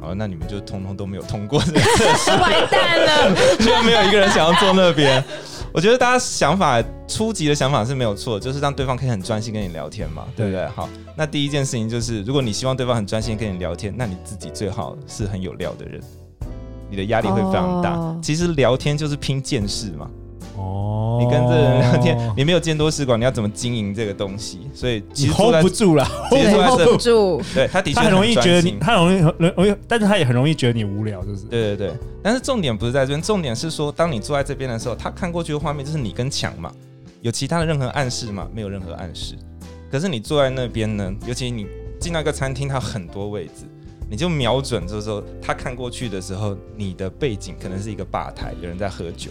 [SPEAKER 4] 好，那你们就通通都没有通过，
[SPEAKER 5] 完蛋了，
[SPEAKER 4] 居然没有一个人想要坐那边。我觉得大家想法初级的想法是没有错，就是让对方可以很专心跟你聊天嘛，对不对？好，那第一件事情就是，如果你希望对方很专心跟你聊天，那你自己最好是很有料的人，你的压力会非常大。
[SPEAKER 5] 哦
[SPEAKER 4] 其实聊天就是拼见识嘛，
[SPEAKER 3] 哦
[SPEAKER 4] 你跟这个人聊天，你没有见多识广，你要怎么经营这个东西？所以其
[SPEAKER 3] 你
[SPEAKER 4] 实坐
[SPEAKER 3] hold
[SPEAKER 4] 在
[SPEAKER 3] 不住啦，
[SPEAKER 4] 其 实
[SPEAKER 5] 对
[SPEAKER 4] 坐在
[SPEAKER 5] hold
[SPEAKER 4] 这
[SPEAKER 5] 不，住。
[SPEAKER 4] 对他的确
[SPEAKER 3] 他很容易
[SPEAKER 4] 专
[SPEAKER 3] 觉得你，
[SPEAKER 4] 心
[SPEAKER 3] 他很容易很容易，但是他也很容易觉得你无聊，就是
[SPEAKER 4] 对对对，但是重点不是在这边，重点是说，当你坐在这边的时候，他看过去的画面就是你跟墙嘛，有其他的任何暗示吗？没有任何暗示。可是你坐在那边呢，尤其你进到一个餐厅，它很多位置，你就瞄准，就是说他看过去的时候，你的背景可能是一个吧台，有人在喝酒，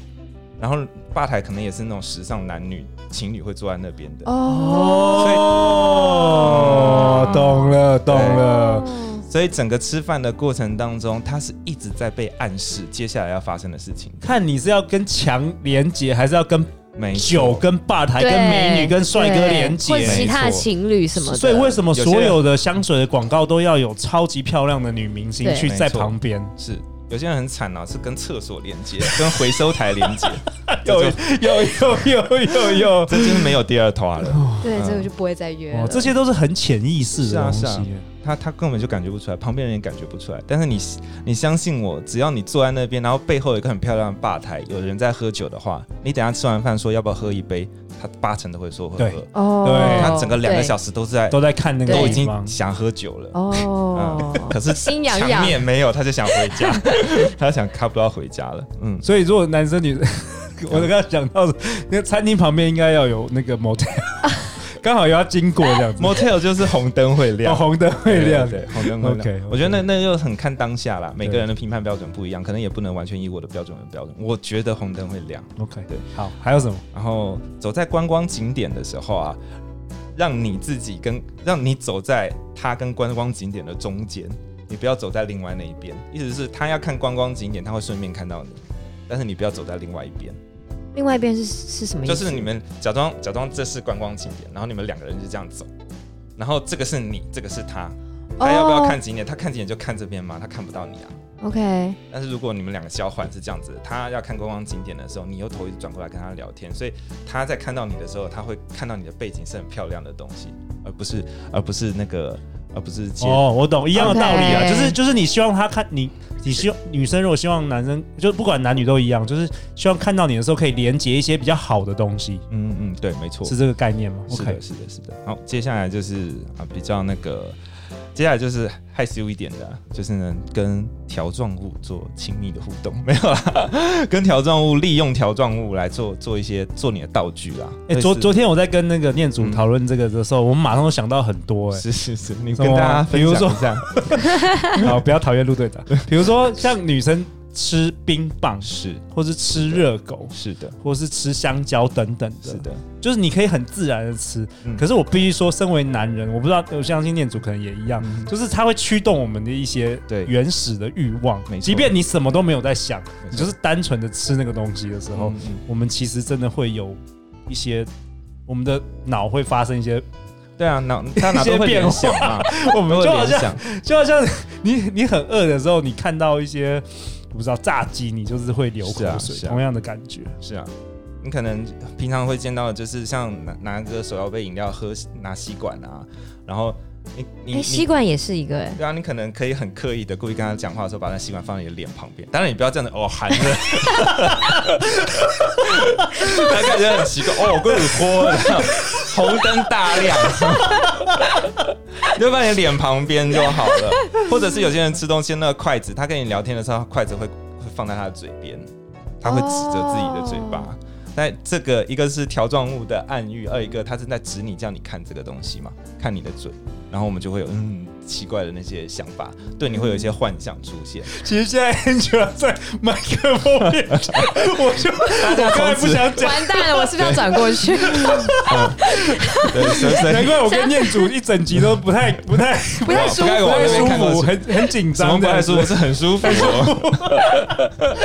[SPEAKER 4] 然后吧台可能也是那种时尚男女情侣会坐在那边的。
[SPEAKER 5] 哦，
[SPEAKER 3] 哦，懂了懂了，
[SPEAKER 4] 所以整个吃饭的过程当中，他是一直在被暗示接下来要发生的事情。
[SPEAKER 3] 看你是要跟墙连接，还是要跟
[SPEAKER 4] 没错
[SPEAKER 3] 酒跟吧台、
[SPEAKER 5] 对
[SPEAKER 3] 跟美女、跟帅哥
[SPEAKER 5] 对
[SPEAKER 3] 连
[SPEAKER 5] 或者
[SPEAKER 3] 接。
[SPEAKER 5] 其他的
[SPEAKER 4] 没错
[SPEAKER 5] 情侣什么的。
[SPEAKER 3] 所以为什么
[SPEAKER 4] 有些
[SPEAKER 3] 所有的香水的广告都要有超级漂亮的女明星
[SPEAKER 5] 对
[SPEAKER 3] 去
[SPEAKER 4] 没
[SPEAKER 3] 在
[SPEAKER 4] 错
[SPEAKER 3] 旁边？
[SPEAKER 4] 是有些人很惨啊，是跟厕所连接，跟回收台连 接，
[SPEAKER 3] 有
[SPEAKER 4] 这就
[SPEAKER 3] 有 有有有有，
[SPEAKER 4] 这就是没有第二套了。
[SPEAKER 5] 对
[SPEAKER 4] 嗯
[SPEAKER 5] 这个就不会再约
[SPEAKER 3] 哇，
[SPEAKER 5] 了。
[SPEAKER 3] 这些都是很潜意识的东西
[SPEAKER 4] 是啊是啊
[SPEAKER 3] 耶。
[SPEAKER 4] 他他根本就感觉不出来，旁边人也感觉不出来。但是你你相信我，只要你坐在那边，然后背后有一个很漂亮的吧台，有人在喝酒的话，你等一下吃完饭说要不要喝一杯，他八成都会说会
[SPEAKER 3] 对
[SPEAKER 4] 喝。
[SPEAKER 5] 哦，
[SPEAKER 3] 对
[SPEAKER 4] 他整个两个小
[SPEAKER 5] 时
[SPEAKER 4] 时都在
[SPEAKER 3] 都在看那个
[SPEAKER 5] 对
[SPEAKER 4] 都已
[SPEAKER 3] 地
[SPEAKER 4] 经
[SPEAKER 3] 方，
[SPEAKER 4] 想喝酒了。
[SPEAKER 5] 哦
[SPEAKER 4] 嗯，可 是
[SPEAKER 5] 心痒
[SPEAKER 4] 墙
[SPEAKER 5] 痒
[SPEAKER 4] 面没有，他就想回家，他想他不要回家了。嗯，
[SPEAKER 3] 所以如果男生女， 我刚刚想到的，那餐厅旁边应该要有那个 motel，刚好要经过这样 子，
[SPEAKER 4] motel 就是红灯会 亮
[SPEAKER 3] 哦，，红灯会亮。
[SPEAKER 4] 对，对红灯会
[SPEAKER 3] OK，OK
[SPEAKER 4] 亮。我觉得那那又很看当下啦，每个
[SPEAKER 3] 对
[SPEAKER 4] 人的评判标准不一样，可能也不能完全以我的标准为标准。我觉得红灯会亮，
[SPEAKER 3] OK，
[SPEAKER 4] 对，
[SPEAKER 3] 好，还有什么？
[SPEAKER 4] 然后走在观光景点的时候啊，让你自己跟让你走在它跟观光景点的中间，你不要走在另外那一边。意思是他要看观光景点，他会顺便看到你。但是你不要走在另外一边，
[SPEAKER 5] 另外一边是是什么意
[SPEAKER 4] 就
[SPEAKER 5] 思？
[SPEAKER 4] 是你们假装假装这是观光景点，然后你们两个人就这样走，然后这个是你，这个是他，他要不要看景点？他看景点就看这边嘛，他看不到你啊。
[SPEAKER 5] o k
[SPEAKER 4] 但是如果你们两个交换是这样子，他要看观光景点的时候，你又头一直转过来跟他聊天，所以他在看到你的时候，他会看到你的背景是很漂亮的东西，而不是而不是那个而不是街。
[SPEAKER 3] 哦，我懂一样的道理啊，
[SPEAKER 5] OK
[SPEAKER 3] 就是就是你希望他看你，你希望女生如果希望男生，就不管男女都一样，就是希望看到你的时候可以连接一些比较好的东西，
[SPEAKER 4] 嗯嗯，对，没错，
[SPEAKER 3] 是这个概念吗
[SPEAKER 4] 是
[SPEAKER 3] ？OK，
[SPEAKER 4] 的，是的，是的。好，接下来就是啊，比较那个，接下来就是害羞一点的啊，就是呢，跟条状物做亲密的互动， 没有啦，跟条状物利用条状物来做做一些做你的道具啦。
[SPEAKER 3] 哎、
[SPEAKER 4] 类
[SPEAKER 3] 昨
[SPEAKER 4] 似
[SPEAKER 3] 昨天我在跟那个念祖
[SPEAKER 4] 嗯
[SPEAKER 3] 讨论这个的时候，我们马上都想到很多、哎，
[SPEAKER 4] 是是是，你
[SPEAKER 3] 什
[SPEAKER 4] 跟
[SPEAKER 3] 么
[SPEAKER 4] 大家
[SPEAKER 3] 比
[SPEAKER 4] 分
[SPEAKER 3] 如
[SPEAKER 4] 享
[SPEAKER 3] 说
[SPEAKER 4] 一下。
[SPEAKER 3] 好，不要讨厌陆队长。比如说像女生吃冰棒，
[SPEAKER 4] 是
[SPEAKER 3] 或是吃热狗，
[SPEAKER 4] 是的，
[SPEAKER 3] 或是吃香蕉等等的，
[SPEAKER 4] 是的，
[SPEAKER 3] 就是你可以很自然的吃。
[SPEAKER 4] 嗯
[SPEAKER 3] 可是我必须说，身为男人，我不知道，我相信念祖可能也一样，
[SPEAKER 4] 嗯
[SPEAKER 3] 就是它会驱动我们的一些
[SPEAKER 4] 对
[SPEAKER 3] 原始的欲望
[SPEAKER 4] 没。错
[SPEAKER 3] 即便你什么都没有在想，
[SPEAKER 4] 没错嗯
[SPEAKER 3] 你就是嗯单纯的吃那个东西的时
[SPEAKER 4] 然
[SPEAKER 3] 候
[SPEAKER 4] 后，
[SPEAKER 3] 我们其实真的会有一些。我们的脑会发生一些，
[SPEAKER 4] 对啊，哪 他哪都会联想嘛，
[SPEAKER 3] 我
[SPEAKER 4] 都
[SPEAKER 3] 们
[SPEAKER 4] 会
[SPEAKER 3] 就好
[SPEAKER 4] 联
[SPEAKER 3] 像
[SPEAKER 4] 想，
[SPEAKER 3] 就好像你你很饿的时候，你看到一些我不知道炸鸡，你就是会流口
[SPEAKER 4] 是啊
[SPEAKER 3] 水，
[SPEAKER 4] 是啊
[SPEAKER 3] 同样的感觉。
[SPEAKER 4] 是啊。你可能平常会见到，就是像拿拿个手摇杯饮料喝，拿吸管啊，然后你你
[SPEAKER 5] 哎，
[SPEAKER 4] 你
[SPEAKER 5] 吸管也是一 个哎，
[SPEAKER 4] 对啊，你可能可以很刻意的故意跟他讲话的时候，把那吸管放在你的脸旁边。当然，你不要这样子哦，含着，他感觉很奇怪哦，贵五锅，这样红灯大亮，你就放在你脸旁边就好了。或者是有些人吃东西那个筷子，他跟你聊天的时候，筷子会会放在他的嘴边，他会指着自己的嘴巴。
[SPEAKER 5] 哦
[SPEAKER 4] 那这个一个是条状物的暗喻，二一个他是在指你，叫你看这个东西嘛，看你的嘴，然后我们就会有嗯奇怪的那些想法，对你会有一些幻想出 现。
[SPEAKER 3] 其实现在 Angela 在麦克风面前，我就我
[SPEAKER 4] 家
[SPEAKER 3] 刚才不
[SPEAKER 4] 从此
[SPEAKER 3] 想讲，
[SPEAKER 5] 完蛋了，我是不是要转过去？
[SPEAKER 4] 对，所以 所
[SPEAKER 3] 难
[SPEAKER 4] 以
[SPEAKER 3] 怪我跟念祖一整集都不太不太
[SPEAKER 5] 不太舒服，
[SPEAKER 4] 不该往那边
[SPEAKER 3] 舒
[SPEAKER 4] 看
[SPEAKER 3] 服，很很紧
[SPEAKER 4] 什
[SPEAKER 3] 张
[SPEAKER 4] 么不
[SPEAKER 3] 这
[SPEAKER 4] 太
[SPEAKER 3] 样子，
[SPEAKER 4] 舒服是很舒服、 哦。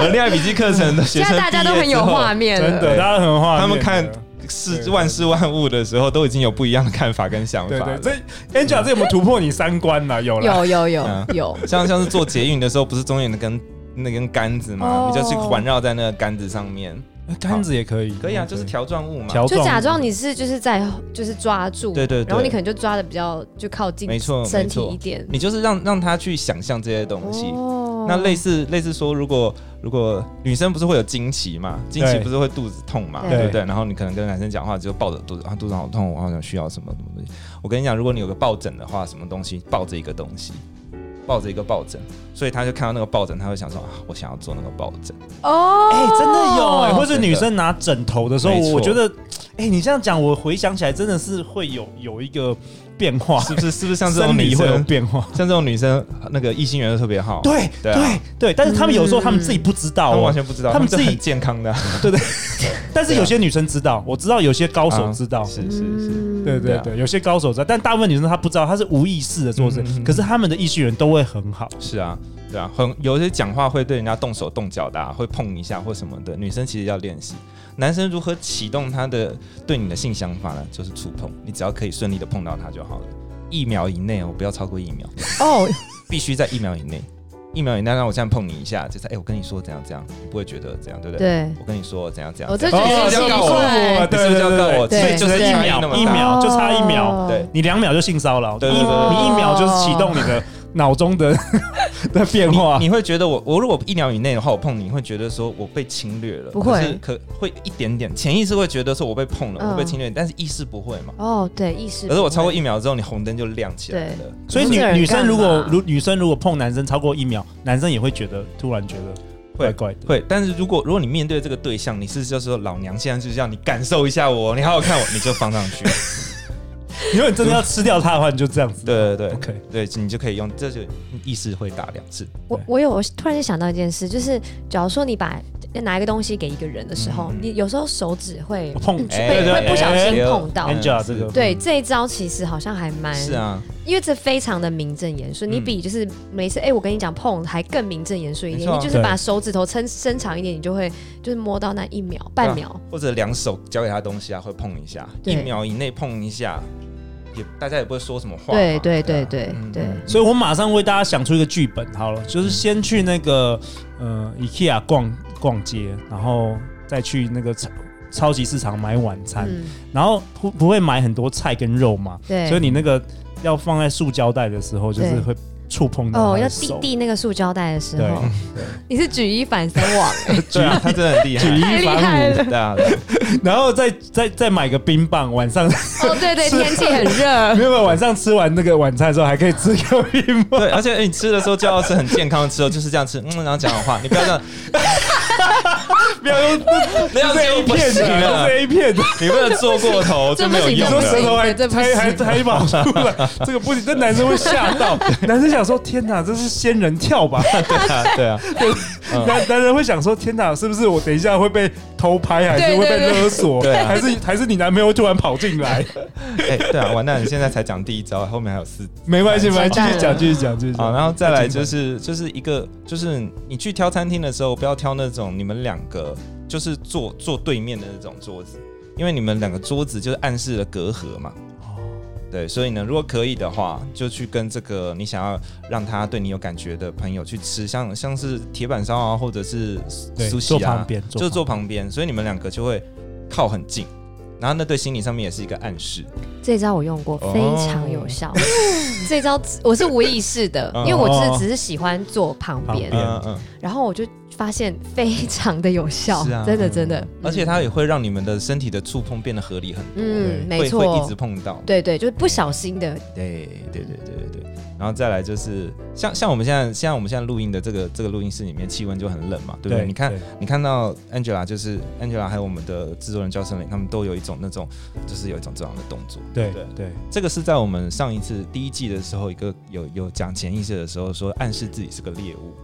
[SPEAKER 4] 而恋爱笔记课程的学
[SPEAKER 5] 现
[SPEAKER 4] 生
[SPEAKER 5] 在大家都很有画
[SPEAKER 4] 面，
[SPEAKER 5] 面
[SPEAKER 3] 真
[SPEAKER 5] 了。
[SPEAKER 3] 的，大家很话，
[SPEAKER 4] 他们看是万事万物的时候，都已经有不一样的看法跟想法
[SPEAKER 3] 对
[SPEAKER 4] 了。
[SPEAKER 3] 对，这 Angela 这有没有突破你三观呢？有了，
[SPEAKER 5] 有有有
[SPEAKER 4] 嗯
[SPEAKER 5] 有，
[SPEAKER 4] 像像是做捷运的时候，不是中间有那根那根杆子吗？
[SPEAKER 5] 哦
[SPEAKER 4] 你就去环绕在那个杆子上面，
[SPEAKER 3] 杆子也可以，
[SPEAKER 4] 可以啊，就是条状物嘛。
[SPEAKER 3] 条
[SPEAKER 5] 就
[SPEAKER 3] 状，
[SPEAKER 5] 假装你是就是在就是抓住，
[SPEAKER 4] 对对对
[SPEAKER 5] 然后你可能就抓的比较就靠近，
[SPEAKER 4] 没错
[SPEAKER 5] 身
[SPEAKER 4] 没
[SPEAKER 5] 体
[SPEAKER 4] 错
[SPEAKER 5] 一点。
[SPEAKER 4] 你就是让让他去想象这些东西。
[SPEAKER 5] 哦
[SPEAKER 4] 那类似类似说，如果如果女生不是会有经期嘛，经期不是会肚子痛嘛，
[SPEAKER 5] 对
[SPEAKER 4] 对不对？然后你可能跟男生讲话就抱着肚子啊，肚子好痛，我好想需要什么什么东西。我跟你讲，如果你有个抱枕的话，什么东西抱着一个东西，抱着一个抱枕，所以他就看到那个抱枕，他会想说啊，我想要做那个抱 枕。
[SPEAKER 5] 哦，
[SPEAKER 3] 哎、真的有哎、或是
[SPEAKER 4] 真的
[SPEAKER 3] 女生拿枕头的时候，
[SPEAKER 4] 没错
[SPEAKER 3] 我觉得，哎、你这样讲，我回想起来真的是会有有一个变化，
[SPEAKER 4] 是不是？是不是像这种
[SPEAKER 3] 生
[SPEAKER 4] 女
[SPEAKER 3] 理
[SPEAKER 4] 生
[SPEAKER 3] 会有变化。
[SPEAKER 4] 像这种女生，那个异性缘就特别好。
[SPEAKER 3] 对
[SPEAKER 4] 对啊
[SPEAKER 3] 对对，但是他们有时候
[SPEAKER 5] 嗯
[SPEAKER 3] 他们自己不知道
[SPEAKER 4] 他们
[SPEAKER 3] 哦
[SPEAKER 4] 完，全不知道，
[SPEAKER 3] 他
[SPEAKER 4] 他
[SPEAKER 3] 们
[SPEAKER 4] 们
[SPEAKER 3] 自
[SPEAKER 4] 是
[SPEAKER 3] 己
[SPEAKER 4] 很健康的啊，
[SPEAKER 3] 但是有些女生知道，我知道有些高手知道，
[SPEAKER 4] 嗯啊是是是，
[SPEAKER 5] 嗯
[SPEAKER 3] 对对
[SPEAKER 4] 啊
[SPEAKER 3] 对，有些高手在，但大部分女生她不知道，她是无意识的做事
[SPEAKER 4] 嗯嗯嗯，
[SPEAKER 3] 可是他们的意识员都会很好。
[SPEAKER 4] 是啊，对啊，很有些讲话会对人家动手动脚的、啊，会碰一下或什么的。女生其实要练习，男生如何启动他的对你的性想法呢？就是触碰，你只要可以顺利的碰到他就好了。一秒以内哦，我不要超过一秒，
[SPEAKER 5] 哦，
[SPEAKER 4] 必须在一秒以内。一秒以内让我这样碰你一下，就是哎、我跟你说怎样怎样，你不会觉得怎样，对不对？
[SPEAKER 5] 对，
[SPEAKER 4] 我跟你说怎样怎样，
[SPEAKER 5] 我这
[SPEAKER 4] 怎
[SPEAKER 5] 觉
[SPEAKER 4] 样
[SPEAKER 5] 得
[SPEAKER 4] 你是不是
[SPEAKER 5] 奇
[SPEAKER 4] 哦要告我，
[SPEAKER 5] 怪，
[SPEAKER 4] 你是不是要告我？
[SPEAKER 5] 对
[SPEAKER 4] 所以就是
[SPEAKER 5] 对
[SPEAKER 4] 一
[SPEAKER 3] 一
[SPEAKER 4] 秒
[SPEAKER 3] 秒
[SPEAKER 4] 一
[SPEAKER 3] 一
[SPEAKER 4] 秒，
[SPEAKER 3] 秒就差一秒，
[SPEAKER 5] 哦
[SPEAKER 4] 对
[SPEAKER 3] 你两秒就性骚扰，
[SPEAKER 4] 对
[SPEAKER 3] 一
[SPEAKER 4] 对对对
[SPEAKER 3] 你一秒就是启动你的脑中 的的变化
[SPEAKER 4] 你。你会觉得我我如果一秒以内的话，我碰你，你会觉得说我被侵略了，
[SPEAKER 5] 不会
[SPEAKER 4] 可是可会一点点，潜意识会觉得说我被碰了，
[SPEAKER 5] 嗯
[SPEAKER 4] 我被侵略，但是意识不会嘛。
[SPEAKER 5] 哦，对，意识不会。
[SPEAKER 4] 可是我超过一秒之后，你红灯就亮起来了。
[SPEAKER 3] 所以
[SPEAKER 5] 这
[SPEAKER 3] 女
[SPEAKER 5] 个人
[SPEAKER 3] 女生如
[SPEAKER 5] 干
[SPEAKER 3] 果
[SPEAKER 5] 嘛
[SPEAKER 3] 如女生如果碰男生超过一秒，男生也会觉得突然觉得怪怪的。
[SPEAKER 4] 会，但是如果如果你面对这个对象，你是就是说老娘现在就是要你感受一下我，你好好看我，你就放上 去。
[SPEAKER 3] 如果你真的要吃掉他的话，你就这样子。
[SPEAKER 4] 对对对，
[SPEAKER 3] ，OK，
[SPEAKER 4] 对你就可以用，这就意识会打两次。
[SPEAKER 5] 我我有我突然间想到一件事，就是假如说你把拿一个东西给一个人的时候，
[SPEAKER 4] 嗯
[SPEAKER 5] 你有时候手指会
[SPEAKER 3] 我碰
[SPEAKER 5] 嗯会
[SPEAKER 4] 哎对对
[SPEAKER 5] 会不小心碰到。
[SPEAKER 3] 哎 Angela，这个
[SPEAKER 5] 对这一招其实好像还蛮
[SPEAKER 4] 是，啊，
[SPEAKER 5] 因为这非常的名正言顺，你
[SPEAKER 4] 嗯
[SPEAKER 5] 比就是每次哎、我跟你讲碰还更名正言顺一
[SPEAKER 4] 没
[SPEAKER 5] 点，
[SPEAKER 4] 错啊
[SPEAKER 5] 你就是把手指头伸伸长一点，你就会就是摸到那一秒半秒，
[SPEAKER 4] 或者两手交给他东西啊，会碰一下，
[SPEAKER 5] 对
[SPEAKER 4] 一秒以内碰一下，也大家也不会说什么话嘛。
[SPEAKER 5] 对对
[SPEAKER 4] 对
[SPEAKER 5] 对
[SPEAKER 4] 啊
[SPEAKER 5] 对
[SPEAKER 4] 嗯
[SPEAKER 5] 对，
[SPEAKER 4] 嗯
[SPEAKER 3] 所以我马上为大家想出一个剧本，好了，就是先去那个呃 IKEA 逛逛街，然后再去那个超超级市场买晚餐，
[SPEAKER 5] 嗯，
[SPEAKER 3] 然后不不会买很多菜跟肉嘛，
[SPEAKER 5] 对，
[SPEAKER 3] 所以你那个要放在塑胶袋的时候，就是
[SPEAKER 5] 对
[SPEAKER 3] 会触碰到
[SPEAKER 5] 哦，
[SPEAKER 3] 他
[SPEAKER 5] 要
[SPEAKER 3] 的
[SPEAKER 5] 递
[SPEAKER 3] 手。
[SPEAKER 5] 递那个塑胶袋的时
[SPEAKER 3] 对
[SPEAKER 5] 候，你是举一反三往，欸
[SPEAKER 4] 对 啊，他真的很厉
[SPEAKER 3] 举
[SPEAKER 4] 害。
[SPEAKER 3] 一反
[SPEAKER 5] 太厉害
[SPEAKER 3] 五，
[SPEAKER 5] 了
[SPEAKER 4] 对啊，对啊
[SPEAKER 3] 然后再再再买个冰棒，晚上
[SPEAKER 5] 哦，对对，
[SPEAKER 3] 是
[SPEAKER 5] 天气很热
[SPEAKER 3] 没，有没有晚上吃完那个晚餐的时候，还可以吃个冰棒。
[SPEAKER 4] 对，而且哎你吃的时候就要吃很健康的吃哦，就是这样吃，嗯，然后讲好话，你不要这 样，
[SPEAKER 3] 不要用
[SPEAKER 4] 不要这样不
[SPEAKER 3] 片
[SPEAKER 4] 行
[SPEAKER 3] 的，
[SPEAKER 4] 啊
[SPEAKER 3] 这，一片的，
[SPEAKER 4] 你不能做过头
[SPEAKER 5] 这
[SPEAKER 4] 就
[SPEAKER 5] 不
[SPEAKER 4] 没有
[SPEAKER 5] 行
[SPEAKER 3] 你
[SPEAKER 4] 用
[SPEAKER 3] 说
[SPEAKER 5] 这不
[SPEAKER 3] 舌
[SPEAKER 5] 行
[SPEAKER 4] 了。
[SPEAKER 3] 头还
[SPEAKER 5] 这不行
[SPEAKER 3] 还还还跑出来，这个不行，这男生会吓到，男生想说天哪，这是仙人跳吧？
[SPEAKER 4] 对啊，对啊，
[SPEAKER 3] 男男人会想说天哪，是不是我等一下会被偷拍，还是会被勒索，
[SPEAKER 4] 对对对对啊
[SPEAKER 3] 还是还是你男朋友突然跑进来？
[SPEAKER 4] 哎，对啊，完蛋，你现在才讲第一招，后面还有四
[SPEAKER 3] 没关系，没关系，
[SPEAKER 5] 完
[SPEAKER 3] 继
[SPEAKER 5] 蛋
[SPEAKER 3] 续讲，继续讲，继续
[SPEAKER 4] 好，
[SPEAKER 3] 讲。
[SPEAKER 4] 然后再来就是就是一个就是你去挑餐厅的时候，不要挑那种你们两个就是坐坐对面的那种桌子，因为你们两个桌子就是暗示了隔阂嘛。
[SPEAKER 3] 哦
[SPEAKER 4] 对，所以呢，如果可以的话，就去跟这个你想要让他对你有感觉的朋友去吃，像像是铁板烧啊，或者是
[SPEAKER 3] 对
[SPEAKER 4] 苏
[SPEAKER 3] 坐
[SPEAKER 4] 西
[SPEAKER 3] 旁
[SPEAKER 4] 啊，
[SPEAKER 3] 边
[SPEAKER 4] 就是坐旁边，所以你们两个就会靠很近，然后那对心理上面也是一个暗示。
[SPEAKER 5] 这招我用过，
[SPEAKER 4] 哦
[SPEAKER 5] 非常有 效。这招我是无意识的，
[SPEAKER 4] 嗯
[SPEAKER 5] 因为我只只是喜欢坐旁
[SPEAKER 3] 旁
[SPEAKER 5] 边，
[SPEAKER 3] 边
[SPEAKER 4] 嗯嗯，
[SPEAKER 5] 然后我就发现非常的有效
[SPEAKER 4] 是啊，
[SPEAKER 5] 真的真的。
[SPEAKER 4] 而且它也会让你们的身体的触碰变得合理很多，
[SPEAKER 5] 嗯
[SPEAKER 4] 对
[SPEAKER 5] 没
[SPEAKER 4] 会
[SPEAKER 5] 错
[SPEAKER 4] 会一直碰到。
[SPEAKER 5] 对对，就是不小心的，
[SPEAKER 4] 对对对对对对，然后再来就是像像我们现在像我们现在录音的这个这个录音室里面气温就很冷嘛，对不对？你看你看到 Angela 就是 Angela 还有我们的制作人焦森林，他们都有一种那种就是有一种这样的动作。
[SPEAKER 3] 对
[SPEAKER 4] 对
[SPEAKER 3] 对，
[SPEAKER 4] 这个是在我们上一次第一季的时候，一个有有讲潜意识的时候说暗示自己是个猎物，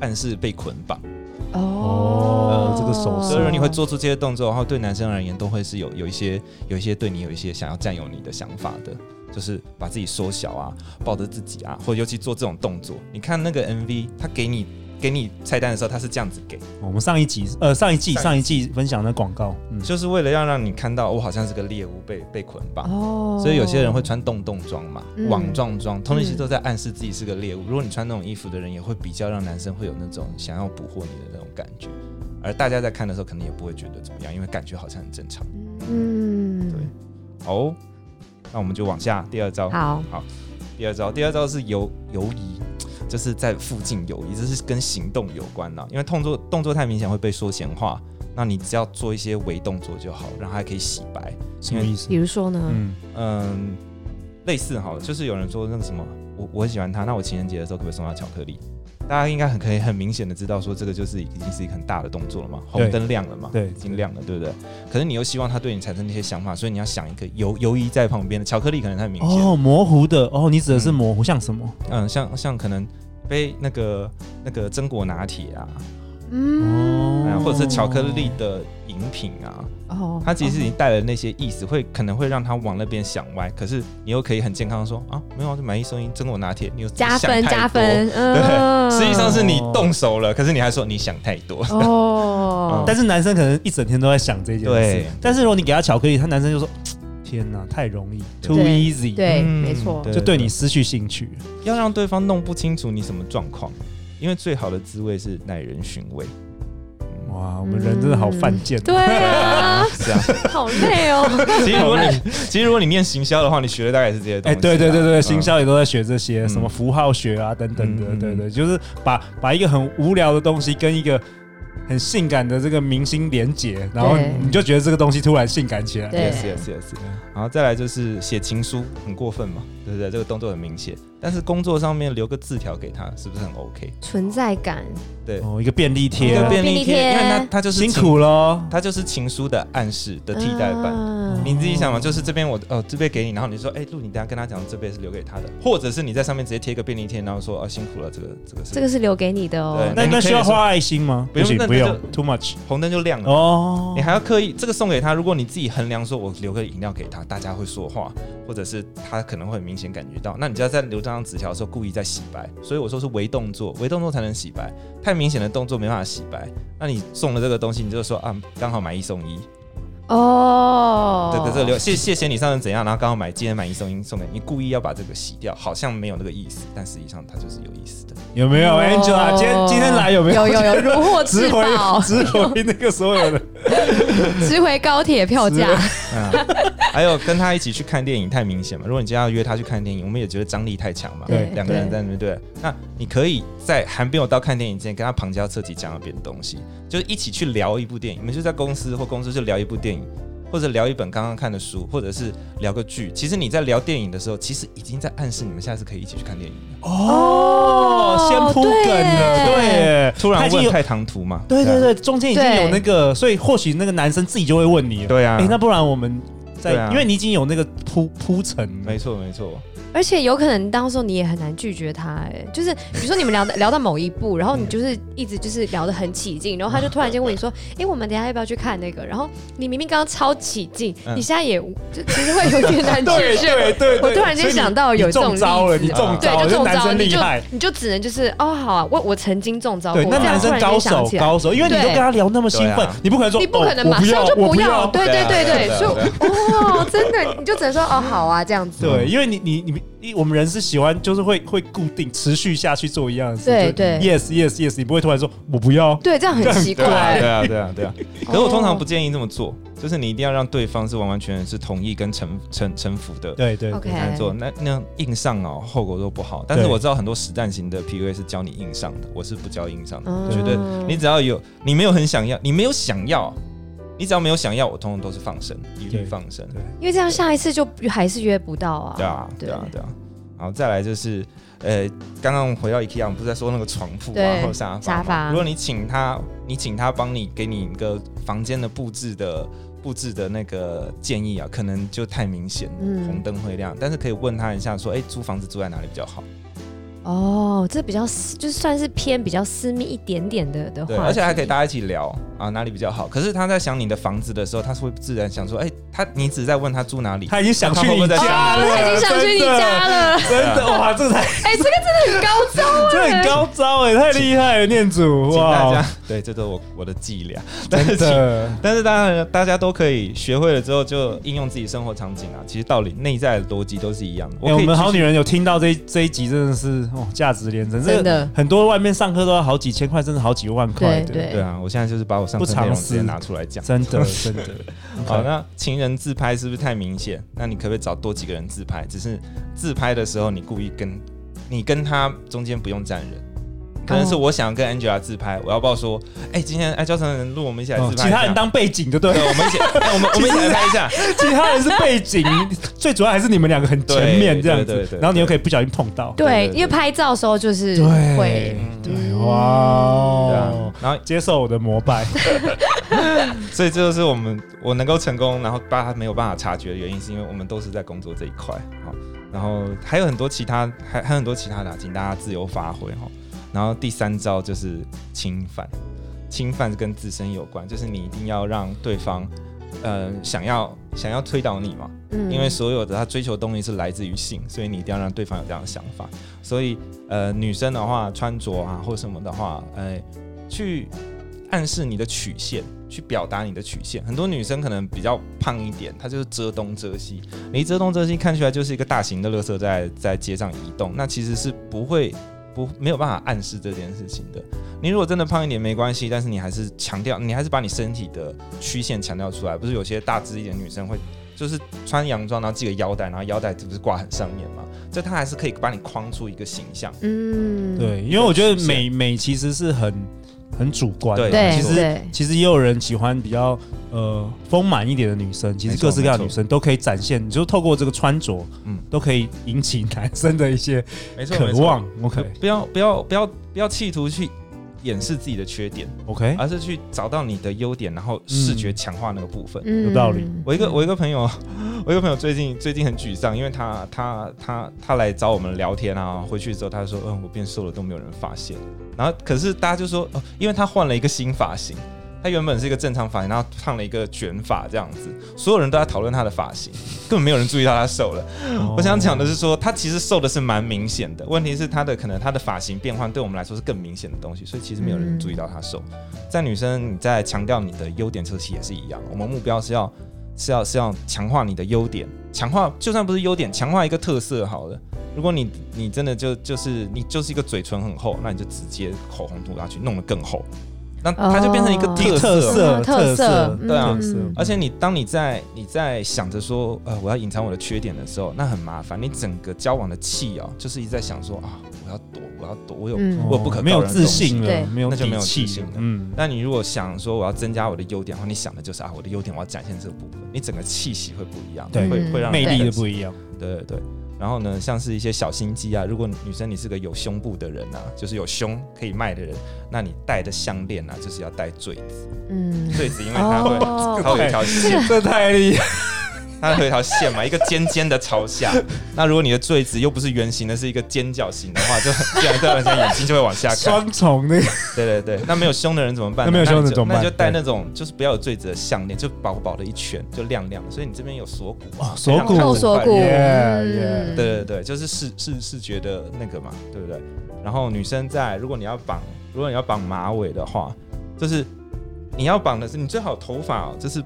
[SPEAKER 4] 暗示被捆绑。
[SPEAKER 5] 哦
[SPEAKER 3] 呃，这个手势
[SPEAKER 4] 哦所以如果你会做出这些动作的话，对男生而言都会是有有一些有一些对你有一些想要占有你的想法的，就是把自己缩小啊，抱着自己啊，或者尤其做这种动作。你看那个 MV，他给你给你菜单的时候，他是这样子给，
[SPEAKER 3] 我们上一集呃上一季
[SPEAKER 4] 上
[SPEAKER 3] 上一季分享的广告，嗯，
[SPEAKER 4] 就是为了要让你看到哦我好像是个猎物被被捆绑。
[SPEAKER 5] 哦
[SPEAKER 4] 所以有些人会穿洞洞装嘛，
[SPEAKER 5] 嗯
[SPEAKER 4] 网状装，同时都在暗示自己是个猎物。如果你穿那种衣服的人，也会比较让男生会有那种想要捕获你的那种感觉。而大家在看的时候，可能也不会觉得怎么样，因为感觉好像很正常。
[SPEAKER 5] 嗯
[SPEAKER 4] 对，好哦，那我们就往下第二招。
[SPEAKER 5] 好
[SPEAKER 4] 第二招，第二招是游游移，就是在附近游移，这是跟行动有关啦。因为动作动作太明显会被说闲话，那你只要做一些微动作就好，让它可以洗白。
[SPEAKER 3] 什么意思
[SPEAKER 5] 比？如说呢，
[SPEAKER 3] 嗯，
[SPEAKER 4] 嗯，类似好了，就是有人说那个什么，我我很喜欢他，那我情人节的时候可不可以送他巧克力？大家应该很可以很明显的知道说这个就是已经是一个很大的动作了嘛，
[SPEAKER 3] 对
[SPEAKER 4] 红灯亮了嘛，
[SPEAKER 3] 对
[SPEAKER 4] 已经亮了，对不对？可是你又希望他对你产生那些想法，所以你要想一个游游移在旁边的巧克力可能太明显，
[SPEAKER 3] 哦，模糊的哦，你指的是模糊，像什么？
[SPEAKER 4] 嗯，像像可能杯那个那个榛果拿铁啊，
[SPEAKER 5] 嗯，
[SPEAKER 4] 啊，或者是巧克力的饮品啊，
[SPEAKER 5] 哦
[SPEAKER 4] 它其实已经带了那些意思，会可能会让他往那边想歪，可是你又可以很健康的说啊，没有啊，就买一送一，真果拿铁，你有
[SPEAKER 5] 加分
[SPEAKER 4] 想太
[SPEAKER 5] 加
[SPEAKER 4] 多。
[SPEAKER 5] 分，嗯，
[SPEAKER 4] 实际上是你动手了，可是你还说你想太多。
[SPEAKER 5] 哦，
[SPEAKER 4] 嗯
[SPEAKER 3] 但是男生可能一整天都在想这件事
[SPEAKER 4] 对，
[SPEAKER 3] 但是如果你给他巧克力，他男生就说：“天哪，太容易，too
[SPEAKER 5] 对
[SPEAKER 3] easy。”
[SPEAKER 5] 对，
[SPEAKER 4] 嗯
[SPEAKER 5] 没错，
[SPEAKER 4] 对
[SPEAKER 3] 就对你失去兴趣。
[SPEAKER 4] 要让对方弄不清楚你什么状况，因为最好的滋味是耐人寻味。
[SPEAKER 3] 哇，我们人真的好犯贱、
[SPEAKER 5] 嗯
[SPEAKER 3] 哦
[SPEAKER 5] 对啊，
[SPEAKER 4] 是啊，
[SPEAKER 5] 好累哦，
[SPEAKER 4] 其实如 果你其实如果你念行销的话，你学的大概也是这些东
[SPEAKER 3] 哎、
[SPEAKER 4] 西啊。
[SPEAKER 3] 对对对对，
[SPEAKER 4] 嗯
[SPEAKER 3] 行销也都在学这些，
[SPEAKER 4] 嗯
[SPEAKER 3] 什么符号学啊等等的，
[SPEAKER 4] 嗯嗯嗯
[SPEAKER 3] 对对，就是把把一个很无聊的东西跟一个很性感的这个明星连结，然后
[SPEAKER 5] 对
[SPEAKER 3] 你就觉得这个东西突然性感起来。
[SPEAKER 5] 对
[SPEAKER 4] Yes, yes, yes. 然后再来就是写情书，很过分嘛，对不对？这个动作很明显，但是工作上面留个字条给他，是不是很 OK？
[SPEAKER 5] 存在感，
[SPEAKER 4] 对，
[SPEAKER 3] 哦，一个便利
[SPEAKER 4] 一
[SPEAKER 3] 贴
[SPEAKER 4] 个，便
[SPEAKER 5] 便利
[SPEAKER 4] 利
[SPEAKER 5] 贴
[SPEAKER 4] 贴，你看他他就是
[SPEAKER 3] 辛
[SPEAKER 4] 情，
[SPEAKER 3] 苦喽。
[SPEAKER 4] 他就是情书的暗示的替代版。
[SPEAKER 5] 嗯
[SPEAKER 4] 你自己想嘛，就是这边我哦这边给你，然后你说哎露，你等一下跟他讲这边是留给他的，或者是你在上面直接贴一个便利贴，然后说哦辛苦了，这个这个是
[SPEAKER 5] 这个是留给你的哦
[SPEAKER 4] 对，
[SPEAKER 3] 那
[SPEAKER 4] 你
[SPEAKER 3] 那
[SPEAKER 4] 可以
[SPEAKER 3] 需要
[SPEAKER 4] 说
[SPEAKER 3] 花爱心吗？
[SPEAKER 4] 不
[SPEAKER 3] 不
[SPEAKER 4] 用
[SPEAKER 3] 行，
[SPEAKER 4] 那
[SPEAKER 3] 不
[SPEAKER 4] 那
[SPEAKER 3] 用
[SPEAKER 4] 就嗯
[SPEAKER 3] ，too much。
[SPEAKER 4] 红灯就亮了。
[SPEAKER 3] 哦
[SPEAKER 4] 你，还要刻意这个送给他，如果你自己衡量说，我留个饮料给他，大家会说话，或者是他可能会很明显感觉到，那你就要在留这张纸条的时候故意在洗白，所以我说是微动作，微动作才能洗白，太明显的动作没办法洗白。那你送了这个东西，你就说啊，刚好买一送一，
[SPEAKER 5] 哦，
[SPEAKER 4] 对对，这个留谢谢谢你上次怎样，然后刚好买今天买一送一送给你，你故意要把这个洗掉，好像没有那个意思，但实际上它就是有意思的。
[SPEAKER 3] 有没有
[SPEAKER 5] 哦
[SPEAKER 3] Angela？今天今天来有没
[SPEAKER 5] 有
[SPEAKER 3] 有？
[SPEAKER 5] 有有如获
[SPEAKER 3] 值
[SPEAKER 5] 至
[SPEAKER 3] 回
[SPEAKER 5] 宝，
[SPEAKER 3] 值回那个所有的
[SPEAKER 5] 值回高铁票价
[SPEAKER 3] 值，
[SPEAKER 4] 嗯， 还有跟他一起去看电影太明显嘛。如果你今天要约他去看电影，我们也觉得张力太强嘛。
[SPEAKER 3] 对
[SPEAKER 4] 两个人在那边对。那你可以在还没有到看电影之前，跟他旁敲侧击讲到别的东西，就是一起去聊一部电影。你们就在公司或公司就聊一部电影，或者聊一本刚刚看的书，或者是聊个剧。其实你在聊电影的时候，其实已经在暗示你们下次可以一起去看电影了。
[SPEAKER 3] 哦，先铺梗了，
[SPEAKER 5] 对
[SPEAKER 3] 对耶，
[SPEAKER 4] 突
[SPEAKER 3] 他
[SPEAKER 4] 然
[SPEAKER 3] 已经
[SPEAKER 4] 问
[SPEAKER 3] 有
[SPEAKER 4] 太唐突嘛？
[SPEAKER 3] 对对
[SPEAKER 4] 啊
[SPEAKER 3] 对，中间已经有那个，所以或许那个男生自己就会问你了。
[SPEAKER 4] 对啊
[SPEAKER 3] 哎，，那不然我们再
[SPEAKER 4] 对，啊
[SPEAKER 3] 因为你已经有那个铺铺陈了，
[SPEAKER 4] 没错没错。
[SPEAKER 5] 而且有可能当时候你也很难拒绝他、哎，就是比如说你们聊聊到某一步，然后你就是一直就是聊得很起
[SPEAKER 3] 嗯
[SPEAKER 5] 劲，然后他就突然间问你说，哎、我们等一下要不要去看那个？然后你明明刚刚超起劲，
[SPEAKER 4] 嗯
[SPEAKER 5] 你现在也就其实会有 点难拒
[SPEAKER 3] 对
[SPEAKER 5] 绝。
[SPEAKER 3] 对对，
[SPEAKER 5] 我突然
[SPEAKER 3] 所
[SPEAKER 5] 间
[SPEAKER 3] 以你
[SPEAKER 5] 想到有
[SPEAKER 3] 你
[SPEAKER 5] 这种
[SPEAKER 3] 中招了，
[SPEAKER 5] 例
[SPEAKER 3] 你
[SPEAKER 5] 子啊
[SPEAKER 3] 中
[SPEAKER 5] 对，
[SPEAKER 3] 招了，
[SPEAKER 5] 就
[SPEAKER 3] 这
[SPEAKER 5] 中
[SPEAKER 3] 男
[SPEAKER 5] 招，
[SPEAKER 3] 生
[SPEAKER 5] 你
[SPEAKER 3] 厉
[SPEAKER 5] 就
[SPEAKER 3] 害。
[SPEAKER 5] 你就只能就是哦，好啊，我我曾经中招过，
[SPEAKER 3] 对，那
[SPEAKER 5] 这样
[SPEAKER 3] 男
[SPEAKER 5] 突
[SPEAKER 3] 生
[SPEAKER 5] 然
[SPEAKER 3] 高
[SPEAKER 5] 间想
[SPEAKER 3] 手
[SPEAKER 5] 起来，
[SPEAKER 3] 高手，因为你
[SPEAKER 5] 对
[SPEAKER 3] 都跟他聊那么兴
[SPEAKER 4] 对
[SPEAKER 3] 奋
[SPEAKER 4] 啊，
[SPEAKER 3] 你不可能说
[SPEAKER 5] 你不可能
[SPEAKER 3] 哦
[SPEAKER 5] 马上
[SPEAKER 3] 我
[SPEAKER 5] 就
[SPEAKER 3] 不要，我
[SPEAKER 5] 要，对对对
[SPEAKER 4] 对
[SPEAKER 5] 对，
[SPEAKER 4] 啊
[SPEAKER 5] 所
[SPEAKER 4] 对啊
[SPEAKER 5] 以哦，真的，你就只能说哦，好啊，这样子，
[SPEAKER 4] 嗯
[SPEAKER 3] 对，因为你你你你，我们人是喜欢就是会会固定持续下去做一样的事，
[SPEAKER 5] 对
[SPEAKER 3] 就
[SPEAKER 5] 对
[SPEAKER 3] ，yes yes yes，你不会突然说我不要，
[SPEAKER 5] 对，这样很奇
[SPEAKER 4] 对啊，对
[SPEAKER 5] 怪，
[SPEAKER 4] 啊，对啊，对啊。可是我通
[SPEAKER 5] 哦
[SPEAKER 4] 常不建议这么做，就是你一定要让对方是完完全全是同意跟臣臣臣服的。
[SPEAKER 3] 对对
[SPEAKER 5] OK
[SPEAKER 4] 很难做，那那样硬上哦，后果都不好。但是
[SPEAKER 3] 对
[SPEAKER 4] 我知道很多实战型的 PUA 是教你硬上的，我是不教硬上的。
[SPEAKER 5] 嗯
[SPEAKER 4] 我觉得你只要有，你没有很想要，你没有想要，你只要没有想要，我通通都是放生，一律
[SPEAKER 3] 对
[SPEAKER 4] 放生。
[SPEAKER 5] 因为这样下一次就还是约不到啊。
[SPEAKER 4] 对啊，对啊，对啊。然后再来就是，呃，刚刚回到 IKEA，我们不是在说那个床铺啊，
[SPEAKER 5] 对
[SPEAKER 4] 或者沙发嘛。
[SPEAKER 5] 沙发
[SPEAKER 4] 如果你请他，你请他帮你给你一个房间的布置的布置的那个建议啊，可能就太明显了，
[SPEAKER 5] 嗯
[SPEAKER 4] 红灯会亮。但是可以问他一下，说，哎，租房子住在哪里比较好？
[SPEAKER 5] 哦，这比较私，就是算是偏比较私密一点点的的话
[SPEAKER 4] 对，
[SPEAKER 5] 题，
[SPEAKER 4] 而且还可以大家一起聊啊，哪里比较好？可是他在想你的房子的时候，他是会自然想说，哎，他你只是在问他住哪里，
[SPEAKER 3] 他已经想去
[SPEAKER 4] 他会不
[SPEAKER 3] 你
[SPEAKER 4] 会在
[SPEAKER 3] 家
[SPEAKER 4] 想
[SPEAKER 3] 了，
[SPEAKER 5] 哦， 他已经想去你家了。
[SPEAKER 3] 真的，真的哇，这 才
[SPEAKER 5] 哎、这个真的很高招啊！
[SPEAKER 3] 这很高招哎，太厉害了，念祖
[SPEAKER 4] 请大
[SPEAKER 3] 哇
[SPEAKER 4] 家，对，这都是我我的伎俩，但是
[SPEAKER 3] 啊真
[SPEAKER 4] 请
[SPEAKER 3] 的
[SPEAKER 4] 但是当然，大家都可以学会了之后，就应用自己生活场景啊。其实道理、内在的逻辑都是一样的。
[SPEAKER 3] 哎，我
[SPEAKER 4] 可以
[SPEAKER 3] 们
[SPEAKER 4] 继
[SPEAKER 3] 好
[SPEAKER 4] 续
[SPEAKER 3] 女人有听到这一这一集真的是哦，价值连城，
[SPEAKER 5] 真的
[SPEAKER 3] 这很多外面上课都要好几千块，甚至好几万块
[SPEAKER 5] 对
[SPEAKER 3] 的，
[SPEAKER 5] 对
[SPEAKER 4] 对啊，我现在就是把我上课
[SPEAKER 3] 不藏
[SPEAKER 4] 内容直接
[SPEAKER 3] 私
[SPEAKER 4] 拿出 来讲。
[SPEAKER 3] 真的真的，
[SPEAKER 4] 好，那情人自拍是不是太明显？那你可不可以找多几个人自拍？只是自拍的时候，你故意跟你跟他中间不用站人。可
[SPEAKER 3] 哦
[SPEAKER 4] 能是我想跟 Angela 自拍，我要不要说？哎、今天哎，焦成人录，我们一起来自
[SPEAKER 3] 哦
[SPEAKER 4] 拍一下、
[SPEAKER 3] 其他人当背景就对了
[SPEAKER 4] 对，。我们一起，哎我们我们一起来拍一下。
[SPEAKER 3] 其他人是背景，最主要还是你们两个很前面这样
[SPEAKER 4] 对对
[SPEAKER 3] 子
[SPEAKER 4] 对，对
[SPEAKER 3] 然后你又可以不小心碰到，
[SPEAKER 5] 对，
[SPEAKER 4] 对对
[SPEAKER 5] 因为拍照的时候就是会，
[SPEAKER 3] 对，哇
[SPEAKER 4] 对啊，，然后
[SPEAKER 3] 接受我的膜 拜，
[SPEAKER 4] 所以这就是我们我能够成功，然后大家没有办法察觉的原因，是因为我们都是在工作这一块，好，然后还有很多其他，还还有很多其他的啊，请大家自由发挥哈。然后第三招就是侵犯，侵犯跟自身有关，就是你一定要让对方，呃，想要想要推倒你嘛，
[SPEAKER 5] 嗯
[SPEAKER 4] 因为所有的他追求的东西是来自于性，所以你一定要让对方有这样的想法。所以呃，女生的话穿着啊或什么的话，呃，去暗示你的曲线，去表达你的曲线。很多女生可能比较胖一点，她就是遮东遮西，你一遮东遮西看起来就是一个大型的垃圾在在街上移动，那其实是不会。不，没有办法暗示这件事情的。你如果真的胖一点没关系，但是你还是强调，你还是把你身体的曲线强调出来。不是有些大只一点的女生会就是穿洋装，然后系个腰带，然后腰带这不是挂很上面吗？这它还是可以把你框出一个形象。
[SPEAKER 5] 嗯，
[SPEAKER 3] 对，因为我觉得美美其实是很很主观的，
[SPEAKER 5] 对
[SPEAKER 3] 其实
[SPEAKER 5] 对
[SPEAKER 3] 其实也有人喜欢比较呃丰满一点的女生，其实
[SPEAKER 4] 没错
[SPEAKER 3] 各式各样的
[SPEAKER 4] 没
[SPEAKER 3] 女
[SPEAKER 4] 错
[SPEAKER 3] 生都可以展现，你就透过这个穿着，
[SPEAKER 4] 嗯
[SPEAKER 3] 嗯，都可以引起男生的一些
[SPEAKER 4] 没错，
[SPEAKER 3] 渴
[SPEAKER 4] 没错
[SPEAKER 3] 望。
[SPEAKER 4] 可
[SPEAKER 3] OK
[SPEAKER 4] 不要不要不要不要企图去掩饰自己的缺点，
[SPEAKER 3] OK，
[SPEAKER 4] 而是去找到你的优点，然后视觉强化那个部分。
[SPEAKER 5] 嗯
[SPEAKER 3] 有道理
[SPEAKER 4] 我一个我一个朋友， 我一个朋友最近最近很沮丧，因为他他他他来找我们聊天啊，回去之后他就说，嗯，我变瘦了都没有人发现。然后可是大家就说，哦，因为他换了一个新发型，他原本是一个正常发型，然后烫了一个卷发这样子，所有人都在讨论他的发型，根本没有人注意到他瘦了。哎我想讲的是说，他其实瘦的是蛮明显的，问题是他的可能他的发型变换对我们来说是更明显的东西，所以其实没有人注意到他瘦。在女生，你在强调你的优点，其实也是一样。我们目标是要是要是要强化你的优点，强化就算不是优点，强化一个特色好了。如果你你真的就就是你就是一个嘴唇很厚，那你就直接口红涂下去，弄得更厚，那它就变成一个
[SPEAKER 5] 哦
[SPEAKER 4] 特色。
[SPEAKER 3] 特
[SPEAKER 5] 啊
[SPEAKER 3] 色
[SPEAKER 5] 特色
[SPEAKER 3] 特
[SPEAKER 4] 对啊
[SPEAKER 3] 特色
[SPEAKER 5] 嗯
[SPEAKER 4] 而且你当你在你在想着说，呃，我要隐藏我的缺点的时候，那很麻烦。你整个交往的气哦，就是一直在想说啊，我要躲，我要躲，我有。
[SPEAKER 5] 嗯
[SPEAKER 4] 我不可
[SPEAKER 3] 哦
[SPEAKER 4] 告人
[SPEAKER 3] 没有自信
[SPEAKER 5] 对
[SPEAKER 3] 了，没有
[SPEAKER 4] 那就没有
[SPEAKER 3] 底气
[SPEAKER 4] 自信
[SPEAKER 3] 了
[SPEAKER 4] 了
[SPEAKER 3] 嗯，
[SPEAKER 4] 那你如果想说我要增加我的优点的话，你想的就是啊，我的优点我要展现这个部分，你整个气息会不一样，
[SPEAKER 3] 对
[SPEAKER 4] 会
[SPEAKER 5] 嗯
[SPEAKER 4] 会让
[SPEAKER 3] 魅力
[SPEAKER 4] 的
[SPEAKER 3] 的不一样。
[SPEAKER 4] 对对对。然后呢，像是一些小心机啊，如果女生你是个有胸部的人啊，就是有胸可以卖的人，那你戴的项链啊，就是要戴坠子，
[SPEAKER 5] 嗯，
[SPEAKER 4] 坠子因为它会、
[SPEAKER 5] 哦
[SPEAKER 4] 它会有一条线，
[SPEAKER 3] 这太 厉害，
[SPEAKER 4] 它会有一条线嘛，一个尖尖的 朝下。那如果你的坠子又不是圆形的，是一个尖角形的话，就这样对人家眼睛就会往下看。
[SPEAKER 3] 双重的，
[SPEAKER 4] 对对对，那没有胸的人怎么办呢？
[SPEAKER 3] 那没有胸的
[SPEAKER 4] 你就
[SPEAKER 3] 怎么办
[SPEAKER 4] 那你就戴那种就是不要有坠子的项链，就薄薄的一圈，就亮亮的。所以你这边有锁骨，
[SPEAKER 3] 哦锁骨
[SPEAKER 4] 非常
[SPEAKER 5] 露 锁骨，
[SPEAKER 3] Yeah, yeah
[SPEAKER 5] 嗯
[SPEAKER 4] 对对对，就是视视视觉的那个嘛，对不对？然后女生在，如果你要绑，如果你要绑马尾的话，就是你要绑的是你最好头发、哦，就是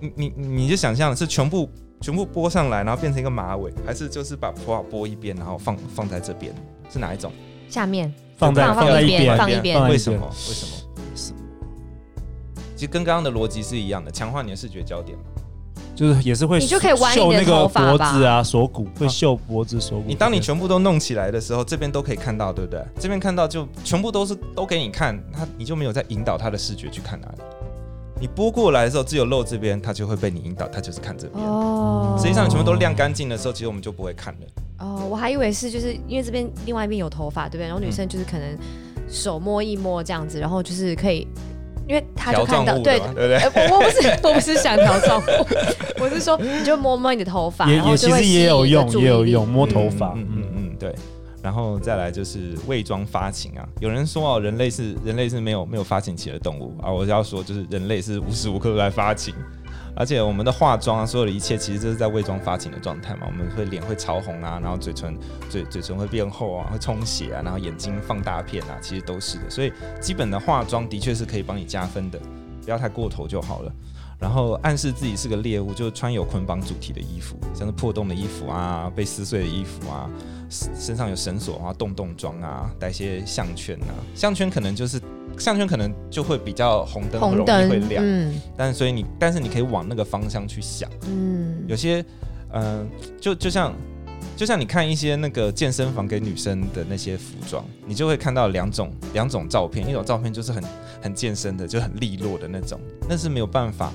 [SPEAKER 4] 你你你就想象是全部全部拨上来，然后变成一个马尾，还是就是把头发拨一边，然后放放在这边，是哪一种？
[SPEAKER 5] 下面
[SPEAKER 3] 放在
[SPEAKER 5] 放
[SPEAKER 3] 在
[SPEAKER 5] 一边
[SPEAKER 3] 边
[SPEAKER 5] 放，一边
[SPEAKER 3] 放一边
[SPEAKER 4] 为什么？为什么？其实跟刚刚的逻辑是一样的，强化你的视觉焦点嘛。
[SPEAKER 3] 就是也是会
[SPEAKER 5] 你就可以弯
[SPEAKER 3] 秀
[SPEAKER 5] 你的
[SPEAKER 3] 那个
[SPEAKER 5] 头发
[SPEAKER 3] 脖
[SPEAKER 5] 吧
[SPEAKER 3] 子啊、锁骨，会秀脖子、锁骨。
[SPEAKER 4] 你当你全部都弄起来的时候，这边都可以看到，对不对？这边看到就全部都是都给你看，他你就没有在引导他的视觉去看哪里。你拨过来的时候，只有露这边，他就会被你引导，他就是看这边。
[SPEAKER 5] 哦
[SPEAKER 4] 实际上，你全部都晾干净的时候，其实我们就不会看了。
[SPEAKER 5] 哦，我还以为是就是因为这边另外一边有头发，对不对？然后女生就是可能手摸一摸这样子，然后就是可以，因为她就
[SPEAKER 4] 条
[SPEAKER 5] 看
[SPEAKER 4] 状
[SPEAKER 5] 到
[SPEAKER 4] 物
[SPEAKER 5] 对
[SPEAKER 4] 的。嘛，对不对？
[SPEAKER 5] 呃我我不是我不是想条状物，我是说你就摸摸你的头发，
[SPEAKER 3] 也
[SPEAKER 5] 然后
[SPEAKER 3] 也
[SPEAKER 5] 就
[SPEAKER 3] 其
[SPEAKER 5] 会
[SPEAKER 3] 实也有用，也有用，摸
[SPEAKER 4] 摸
[SPEAKER 3] 头发。
[SPEAKER 4] 嗯嗯
[SPEAKER 3] 嗯嗯，
[SPEAKER 4] 嗯，对。然后再来就是伪装发情啊，有人说哦，人类是人类是没有没有发情期的动物啊，我要说就是人类是无时无刻都在发情，而且我们的化妆啊，所有的一切其实就是在伪装发情的状态嘛，我们会脸会潮红啊，然后嘴唇嘴嘴唇会变厚啊，会充血啊，然后眼睛放大片啊，其实都是的，所以基本的化妆的确是可以帮你加分的，不要太过头就好了。然后暗示自己是个猎物，就是穿有捆绑主题的衣服，像是破洞的衣服啊、被撕碎的衣服啊、身身上有绳索啊、洞洞装啊、带一些项圈啊。项圈可能就是项圈可能就会比较红灯
[SPEAKER 5] 红
[SPEAKER 4] 容易会
[SPEAKER 5] 灯，
[SPEAKER 4] 亮，
[SPEAKER 5] 嗯
[SPEAKER 4] 但所以你但是你可以往那个方向去想。
[SPEAKER 5] 嗯
[SPEAKER 4] 有些嗯、呃就就像就像你看一些那个健身房给女生的那些服装，你就会看到两种两种照片，一种照片就是很很健身的，就很利落的那种，那是没有办法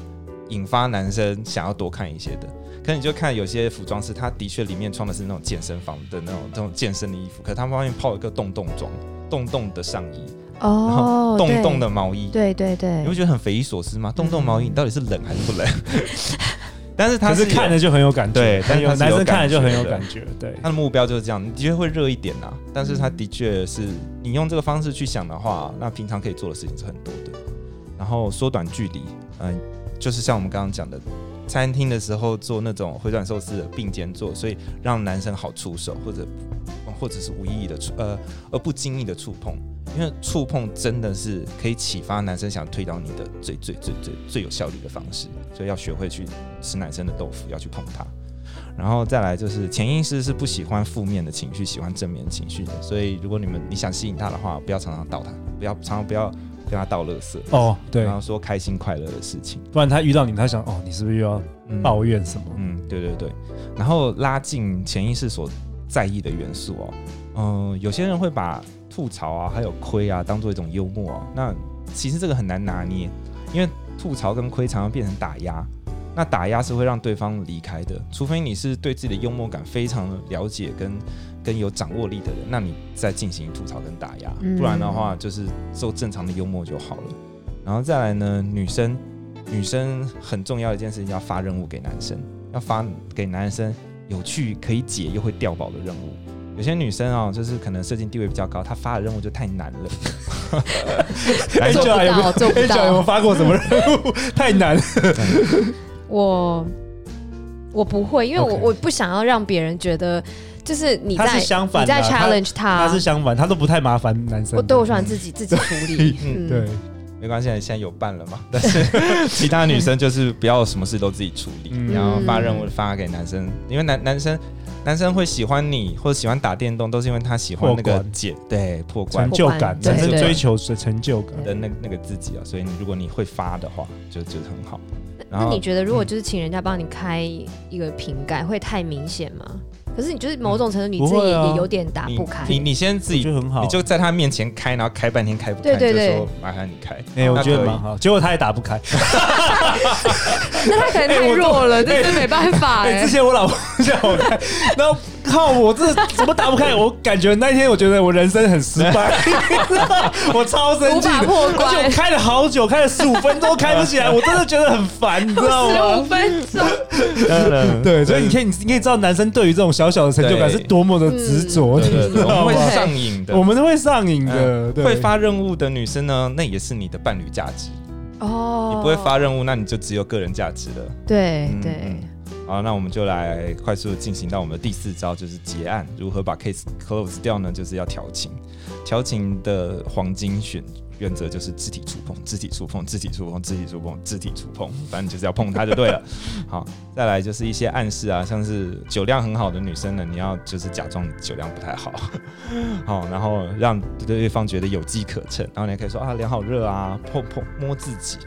[SPEAKER 4] 引发男生想要多看一些的。可你就看有些服装是，它的确里面穿的是那种健身房的那种这种健身的衣服，可他们外面泡一个洞洞装，洞洞的上衣，然
[SPEAKER 5] 哦
[SPEAKER 4] 后，洞
[SPEAKER 5] 对
[SPEAKER 4] 洞的毛衣，
[SPEAKER 5] 对对
[SPEAKER 4] 你会
[SPEAKER 5] 对，
[SPEAKER 4] 觉得很匪夷所思吗？洞洞毛衣，你到底是冷还是不冷？ 但是它
[SPEAKER 3] 可是
[SPEAKER 4] 有
[SPEAKER 3] 看着就很有感觉，
[SPEAKER 4] 对但是它是
[SPEAKER 3] 男
[SPEAKER 4] 有
[SPEAKER 3] 生看着就很有
[SPEAKER 4] 感
[SPEAKER 3] 感觉，对。
[SPEAKER 4] 他的目标就是这样，你的确会热一点啊呐、但是他的确是你用这个方式去想的话，那平常可以做的事情是很多的。然后缩短距离，嗯、就是像我们刚刚讲的，餐厅的时候做那种回转寿司的并肩做，所以让男生好出手，或者或者是无意义的触呃而不经意的触碰，因为触碰真的是可以启发男生想推倒你的最最最最最有效率的方式，所以要学会去吃男生的豆腐，要去碰它。然后再来就是潜意识是不喜欢负面的情绪，喜欢正面情绪的。所以如果你们你想吸引他的话，不要常常倒他，不要常常不要跟他倒垃圾，
[SPEAKER 3] 哦，对
[SPEAKER 4] 然，后说开心快乐的事情。
[SPEAKER 3] 不然他遇到你，他想哦，你是不是又要
[SPEAKER 4] 嗯
[SPEAKER 3] 抱怨 什么？
[SPEAKER 4] 嗯，对对对。然后拉近潜意识所在意的元素哦，嗯、有些人会把吐槽啊，还有亏啊，当做一种幽默哦。那其实这个很难拿捏，因为吐槽跟亏常常变成打压。那打压是会让对方离开的，除非你是对自己的幽默感非常了解跟跟有掌握力的人，那你再进行吐槽跟打压，
[SPEAKER 5] 嗯
[SPEAKER 4] 不然的话就是做正常的幽默就好了。然后再来呢，女生女生很重要的一件事情，要发任务给男生，要发给男生有趣可以解又会掉宝的任务。有些女生哦，就是可能社经地位比较高，她发的任务就太难了。来。
[SPEAKER 5] 做不
[SPEAKER 3] 有没有
[SPEAKER 5] 到，做
[SPEAKER 3] HR
[SPEAKER 5] 不
[SPEAKER 3] 有没有
[SPEAKER 5] 到。
[SPEAKER 3] 发过什么任务？太难了。
[SPEAKER 5] 我我不会，因为我
[SPEAKER 3] OK
[SPEAKER 5] 我不想要让别人觉得就是你
[SPEAKER 3] 他
[SPEAKER 5] 在
[SPEAKER 3] 是相反
[SPEAKER 5] 你
[SPEAKER 3] 的
[SPEAKER 5] 在
[SPEAKER 3] 他
[SPEAKER 5] challenge
[SPEAKER 3] 他
[SPEAKER 5] 他。
[SPEAKER 3] 是相反，他都不太麻烦男生的。
[SPEAKER 5] 我对我喜欢自己自己处理嗯，
[SPEAKER 4] 嗯
[SPEAKER 3] 对，
[SPEAKER 4] 没关系，现在有伴了嘛。 但是其他女生就是不要什么事都自己处理，
[SPEAKER 3] 嗯
[SPEAKER 4] 然后发任务发给男生，因为男男生男生会喜欢你或者喜欢打电动，都是因为他喜欢那
[SPEAKER 3] 破
[SPEAKER 4] 个
[SPEAKER 3] 关
[SPEAKER 4] 解对破关
[SPEAKER 3] 成就感，
[SPEAKER 5] 对
[SPEAKER 3] 男生
[SPEAKER 4] 对
[SPEAKER 3] 追求是成就感。
[SPEAKER 4] 的那那个自己啊。所以你如果你会发的话，就就很好。然
[SPEAKER 5] 那
[SPEAKER 4] 后
[SPEAKER 5] 你觉得如果就是请人家帮你开一个瓶盖，会太明显吗？可是你就是某种程度你
[SPEAKER 4] 嗯
[SPEAKER 5] 自
[SPEAKER 3] 不
[SPEAKER 5] 己
[SPEAKER 3] 会啊
[SPEAKER 5] 也有点打
[SPEAKER 4] 你
[SPEAKER 5] 不开。
[SPEAKER 4] 你你先自
[SPEAKER 3] 我
[SPEAKER 4] 己
[SPEAKER 3] 觉得很好，
[SPEAKER 4] 你就在他面前开，然后开半天开不开，
[SPEAKER 5] 对对对
[SPEAKER 4] 就说麻烦你开。
[SPEAKER 3] 哎，我
[SPEAKER 4] 那
[SPEAKER 3] 觉得
[SPEAKER 4] 可以
[SPEAKER 3] 蛮好。结果他也打不开。
[SPEAKER 5] 那他可能太弱
[SPEAKER 4] 哎
[SPEAKER 5] 了，这真没办 法
[SPEAKER 3] 哎，
[SPEAKER 5] 哎
[SPEAKER 3] 之。前我老婆叫我开，然后靠，我这怎么打不开？我感觉那天我觉得我人生很失败， 我超生
[SPEAKER 5] 无
[SPEAKER 3] 气
[SPEAKER 5] 法
[SPEAKER 3] 的。
[SPEAKER 5] 破
[SPEAKER 3] 而且我
[SPEAKER 5] 关，
[SPEAKER 3] 开了好久，开了十五分钟开不 起来，我真的觉得很烦，你知道吗？
[SPEAKER 5] 十五分钟，
[SPEAKER 3] 对，所以你可以，你可以知道男生对于这种小小的成就感
[SPEAKER 4] 对
[SPEAKER 3] 是多么的执着，
[SPEAKER 5] 嗯
[SPEAKER 4] 对
[SPEAKER 3] 你
[SPEAKER 4] 对
[SPEAKER 3] 知
[SPEAKER 4] 对，
[SPEAKER 3] 道
[SPEAKER 4] 我们
[SPEAKER 3] 吗
[SPEAKER 4] 会？上瘾的。
[SPEAKER 3] 我们是会上瘾的，
[SPEAKER 4] 嗯
[SPEAKER 3] 对
[SPEAKER 4] 会发任务的女生呢，那也是你的伴侣价值。
[SPEAKER 5] 哦
[SPEAKER 4] 你不会发任务，那你就只有个人价值了。
[SPEAKER 5] 对
[SPEAKER 4] 嗯
[SPEAKER 5] 对，
[SPEAKER 4] 嗯好，那我们就来快速地进行到我们的第四招，就是结案。如何把 case close 掉呢？就是要调情。调情的黄金选原则就是肢体触碰，肢体触碰，肢体触碰，肢体触碰，肢体触碰，反正就是要碰它就对了。好，再来就是一些暗示啊，像是酒量很好的女生呢，你要就是假装你酒量不太好，好，然后让对方觉得有机可乘，然后你还可以说啊，脸好热啊，碰碰摸自己。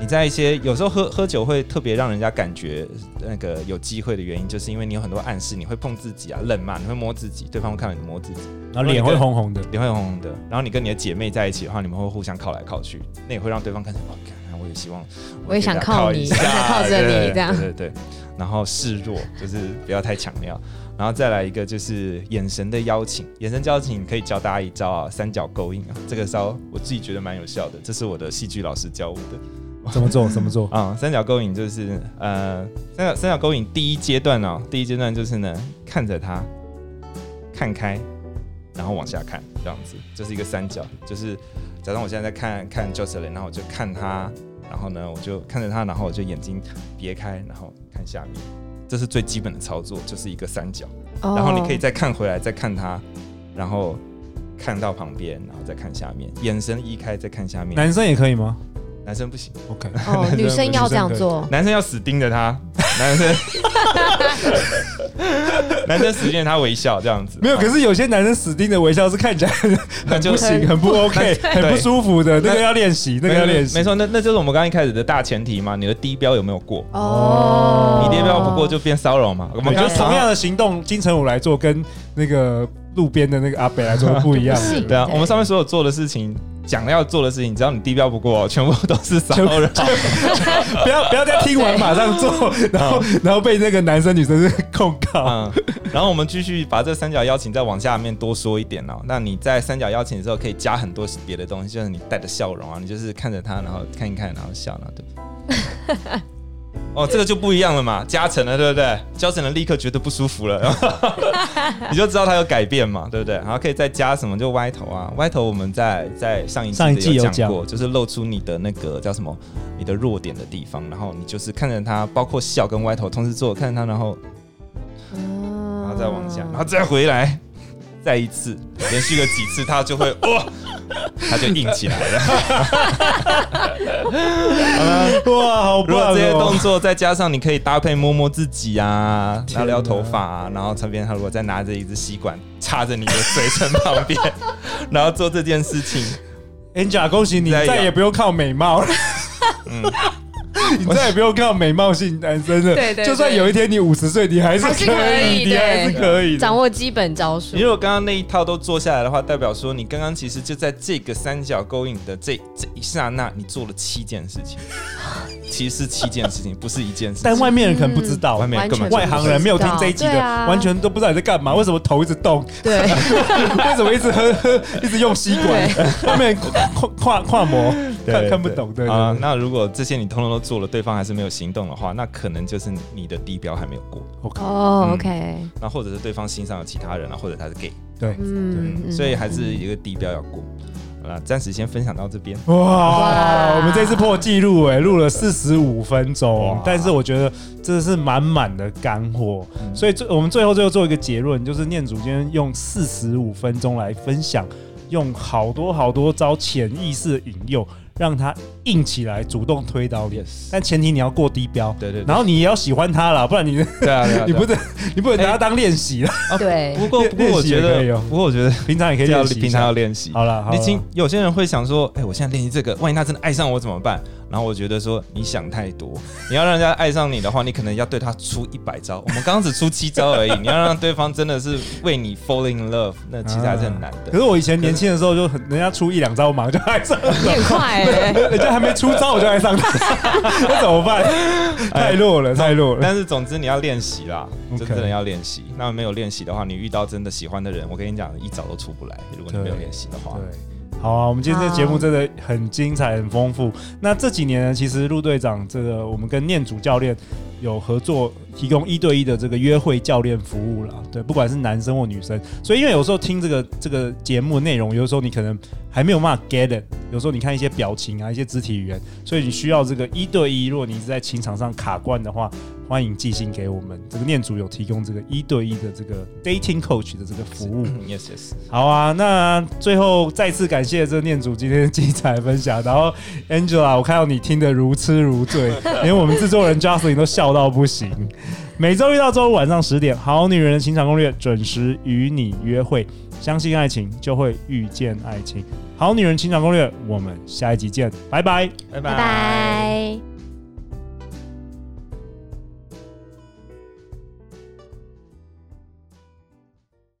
[SPEAKER 4] 你在一些有时候喝喝酒会特别让人家感觉呃那个有机会的原因，就是因为你有很多暗示，你会碰自己啊，冷嘛，你会摸自己，对方会看到你摸自己，
[SPEAKER 3] 然后脸会红红的，
[SPEAKER 4] 脸会红红的。然后你跟你的姐妹在一起的话，你们会互相靠来靠去，那也会让对方看见哦，看我也希望，
[SPEAKER 5] 我也想靠你
[SPEAKER 4] 一下
[SPEAKER 5] 我想靠着你
[SPEAKER 4] 对
[SPEAKER 5] 这样
[SPEAKER 4] 对对对。然后示弱，就是不要太强调。然后再来一个就是眼神的邀请，眼神邀请可以教大家一招啊，三角勾引啊，这个招我自己觉得蛮有效的，这是我的戏剧老师教我的。
[SPEAKER 3] 怎么做？怎么做？
[SPEAKER 4] 啊、三角勾引就是呃，三角三角勾引第一阶段哦，第一阶段就是呢，看着他，看开，然后往下看，这样子，就是一个三角，就是假装我现在在看看 Jocelyn，然后我就看他，然后呢，我就看着他，然后我就眼睛别开，然后看下面，这是最基本的操作，就是一个三角，
[SPEAKER 5] 哦
[SPEAKER 4] 然后你可以再看回来，再看他，然后看到旁边，然后再看下面，眼神移开，再看下面，
[SPEAKER 3] 男生也可以吗
[SPEAKER 4] 男生不行。
[SPEAKER 3] ？OK，
[SPEAKER 5] 哦，女生要这样做，
[SPEAKER 4] 男生要死盯着他， 男生， 男生死盯着他微笑这样子。
[SPEAKER 3] 没有。可是有些男生死盯着微笑是看起来 很
[SPEAKER 4] 那
[SPEAKER 3] 不
[SPEAKER 4] 就
[SPEAKER 3] 行， 很不 OK，很不舒服的，那个要练习，那个要练习。
[SPEAKER 4] 没错，那那就是我们刚刚一开始的大前提嘛，你的低标有没有过？
[SPEAKER 5] 哦，
[SPEAKER 4] 你低标不过就变骚扰嘛。我
[SPEAKER 3] 哦啊我
[SPEAKER 4] 们
[SPEAKER 3] 觉
[SPEAKER 4] 刚
[SPEAKER 3] 得
[SPEAKER 4] 刚
[SPEAKER 3] 同样的行动，金城武来做跟那个路边的那个阿北来做不 一样
[SPEAKER 5] 不行
[SPEAKER 3] 的，
[SPEAKER 4] 对啊，
[SPEAKER 5] 对
[SPEAKER 4] 我们上面所有做的事情，讲要做的事情，只要你低标不过，全部都是骚扰。
[SPEAKER 3] 不要不要再听完马 上做，然后 然后被那个男生女生 是控告。
[SPEAKER 4] 嗯，然后我们继续把这三角邀请再往下面多说一点哦。那你在三角邀请的时候，可以加很多别的东西，就是你带着笑容啊，你就是看着他，然后看一看，然后笑，然后对。哦，这个就不一样了嘛，加成了，对不对？加成了，立刻觉得不舒服了，然后你就知道他有改变嘛，对不对？然后可以再加什么，就歪头啊，歪头我们在在上一
[SPEAKER 3] 上一季
[SPEAKER 4] 季
[SPEAKER 3] 有
[SPEAKER 4] 有
[SPEAKER 3] 讲
[SPEAKER 4] 讲过，就是露出你的那个叫什么，你的弱点的地方，然后你就是看着他，包括笑跟歪头同时做，看着他，然后然
[SPEAKER 5] 然
[SPEAKER 4] 后再往
[SPEAKER 3] 嗯
[SPEAKER 4] 下，然后再回来，再一次，连续个几次，他就会哇，他就硬起来了。
[SPEAKER 3] 哇，好
[SPEAKER 4] 如
[SPEAKER 3] 棒
[SPEAKER 4] 果这些动
[SPEAKER 3] 哦！
[SPEAKER 4] 作再加上你可以搭配摸摸自己啊，撩撩头发啊，然后这边他如果再拿着一支吸管插着你的嘴唇旁边，然后做这件事情，
[SPEAKER 3] Angela，恭喜你，
[SPEAKER 4] 再一个
[SPEAKER 3] 再也不用靠美貌了。 你再也不用靠美貌性单身了。
[SPEAKER 5] 对对对
[SPEAKER 3] 就算有一天你五十岁，你还是
[SPEAKER 5] 还是可以
[SPEAKER 3] 你
[SPEAKER 5] 对
[SPEAKER 3] 还是可以的。
[SPEAKER 5] 掌握基本招数
[SPEAKER 4] 你。如果刚刚那一套都做下来的话，代表说你刚刚其实就在这个三角勾引的这这一刹那，你做了七件事情， 其实是七件事情，不是一件事情。
[SPEAKER 3] 但外面人可能不知道，啊
[SPEAKER 4] 外面
[SPEAKER 5] 完
[SPEAKER 4] 根
[SPEAKER 5] 全
[SPEAKER 4] 本
[SPEAKER 5] 不
[SPEAKER 3] 外行人没有听这一集
[SPEAKER 5] 知
[SPEAKER 3] 的，
[SPEAKER 5] 道对啊
[SPEAKER 3] 完全都不知道你在干嘛。为什么头一直动？
[SPEAKER 5] 对
[SPEAKER 3] 为什么一直喝喝，一直用吸管？外面跨跨跨模，看看不懂对对
[SPEAKER 4] 啊
[SPEAKER 3] 对。
[SPEAKER 4] 那如果这些你通通都做了，对方还是没有行动的话，那可能就是你的低标还没有过。
[SPEAKER 3] OK，
[SPEAKER 5] 哦
[SPEAKER 4] 嗯
[SPEAKER 5] ，OK，
[SPEAKER 4] 那或者是对方心上有其他人啊，或者他是 gay，
[SPEAKER 3] 对，
[SPEAKER 5] 嗯，嗯
[SPEAKER 4] 所以还是一个地标要过。好啦，暂时先分享到这边。
[SPEAKER 3] 哇，
[SPEAKER 5] 哇
[SPEAKER 3] 我们这次破纪录哎，录了四十五分钟
[SPEAKER 4] 哇，
[SPEAKER 3] 但是我觉得真的是满满的干货，所以最我们最后最后做一个结论，就是念祖今天用四十五分钟来分享，用好多好多招潜意识的引诱，让他硬起来，主动推倒你。
[SPEAKER 4] Yes
[SPEAKER 3] 但前提你要过低标，
[SPEAKER 4] 对对对
[SPEAKER 3] 然后你也要喜欢他啦，不然你
[SPEAKER 4] 对啊，对啊
[SPEAKER 3] 你不能你不能拿它当练习啦，
[SPEAKER 5] 对
[SPEAKER 3] 哦
[SPEAKER 4] 不过不过
[SPEAKER 3] 练
[SPEAKER 4] 我
[SPEAKER 3] 习也
[SPEAKER 4] 觉
[SPEAKER 3] 可以
[SPEAKER 4] 得
[SPEAKER 3] 哦，
[SPEAKER 4] 不过我觉得
[SPEAKER 3] 平常也可以
[SPEAKER 4] 要
[SPEAKER 3] 练习一下，
[SPEAKER 4] 平常要练习。
[SPEAKER 3] 好了，好
[SPEAKER 4] 你
[SPEAKER 3] 了
[SPEAKER 4] 听，有些人会想说，哎、我现在练习这个，万一他真的爱上我怎么办？然后我觉得说，你想太多。你要让人家爱上你的话，你可能要对他出一百招。我们刚刚只出七招而已，你要让对方真的是为你 fall in love，那其实还是很难
[SPEAKER 3] 可
[SPEAKER 4] 的。
[SPEAKER 3] 是 我以前年轻的时候就很，人家出一两招，我马上就爱上 了。
[SPEAKER 5] 你很 快欸
[SPEAKER 3] 人家还没出招我就爱上他， 那怎么办？
[SPEAKER 4] 哎
[SPEAKER 3] 太弱了，太弱了。
[SPEAKER 4] 但是总之你要练习啦，
[SPEAKER 3] OK
[SPEAKER 4] 真正的要练习。那没有练习的话，你遇到真的喜欢的人，我跟你讲，一招都出不来。如果你没有
[SPEAKER 3] 对
[SPEAKER 4] 练习的话，
[SPEAKER 3] 对，好啊，我们今天这个节目真的很精彩、很丰富。那这几年呢，其实陆队长这个我们跟念祖教练有合作，提供一对一的这个约会教练服务啦。对，不管是男生或女生，所以因为有时候听这个这个节目内容，有的时候你可能还没有办法 get it，有时候你看一些表情啊、一些肢体语言，所以你需要这个一对一。如果你是在情场上卡关的话，欢迎寄信给我们。这个念祖有提供这个一对一的这个 dating coach 的这个服务。
[SPEAKER 4] yes yes。
[SPEAKER 3] 好啊，那最后再次感谢这念主今天的精彩分享。然后 Angela，我看到你听得如痴如醉，连我们制作人 Justin 都笑到不行。每周一到周五晚上十点，《好女人的情场攻略》准时与你约会。相信爱情，就会遇见爱情。《好女人情场攻略》，我们下一集见，拜拜。
[SPEAKER 4] 拜
[SPEAKER 5] 拜拜。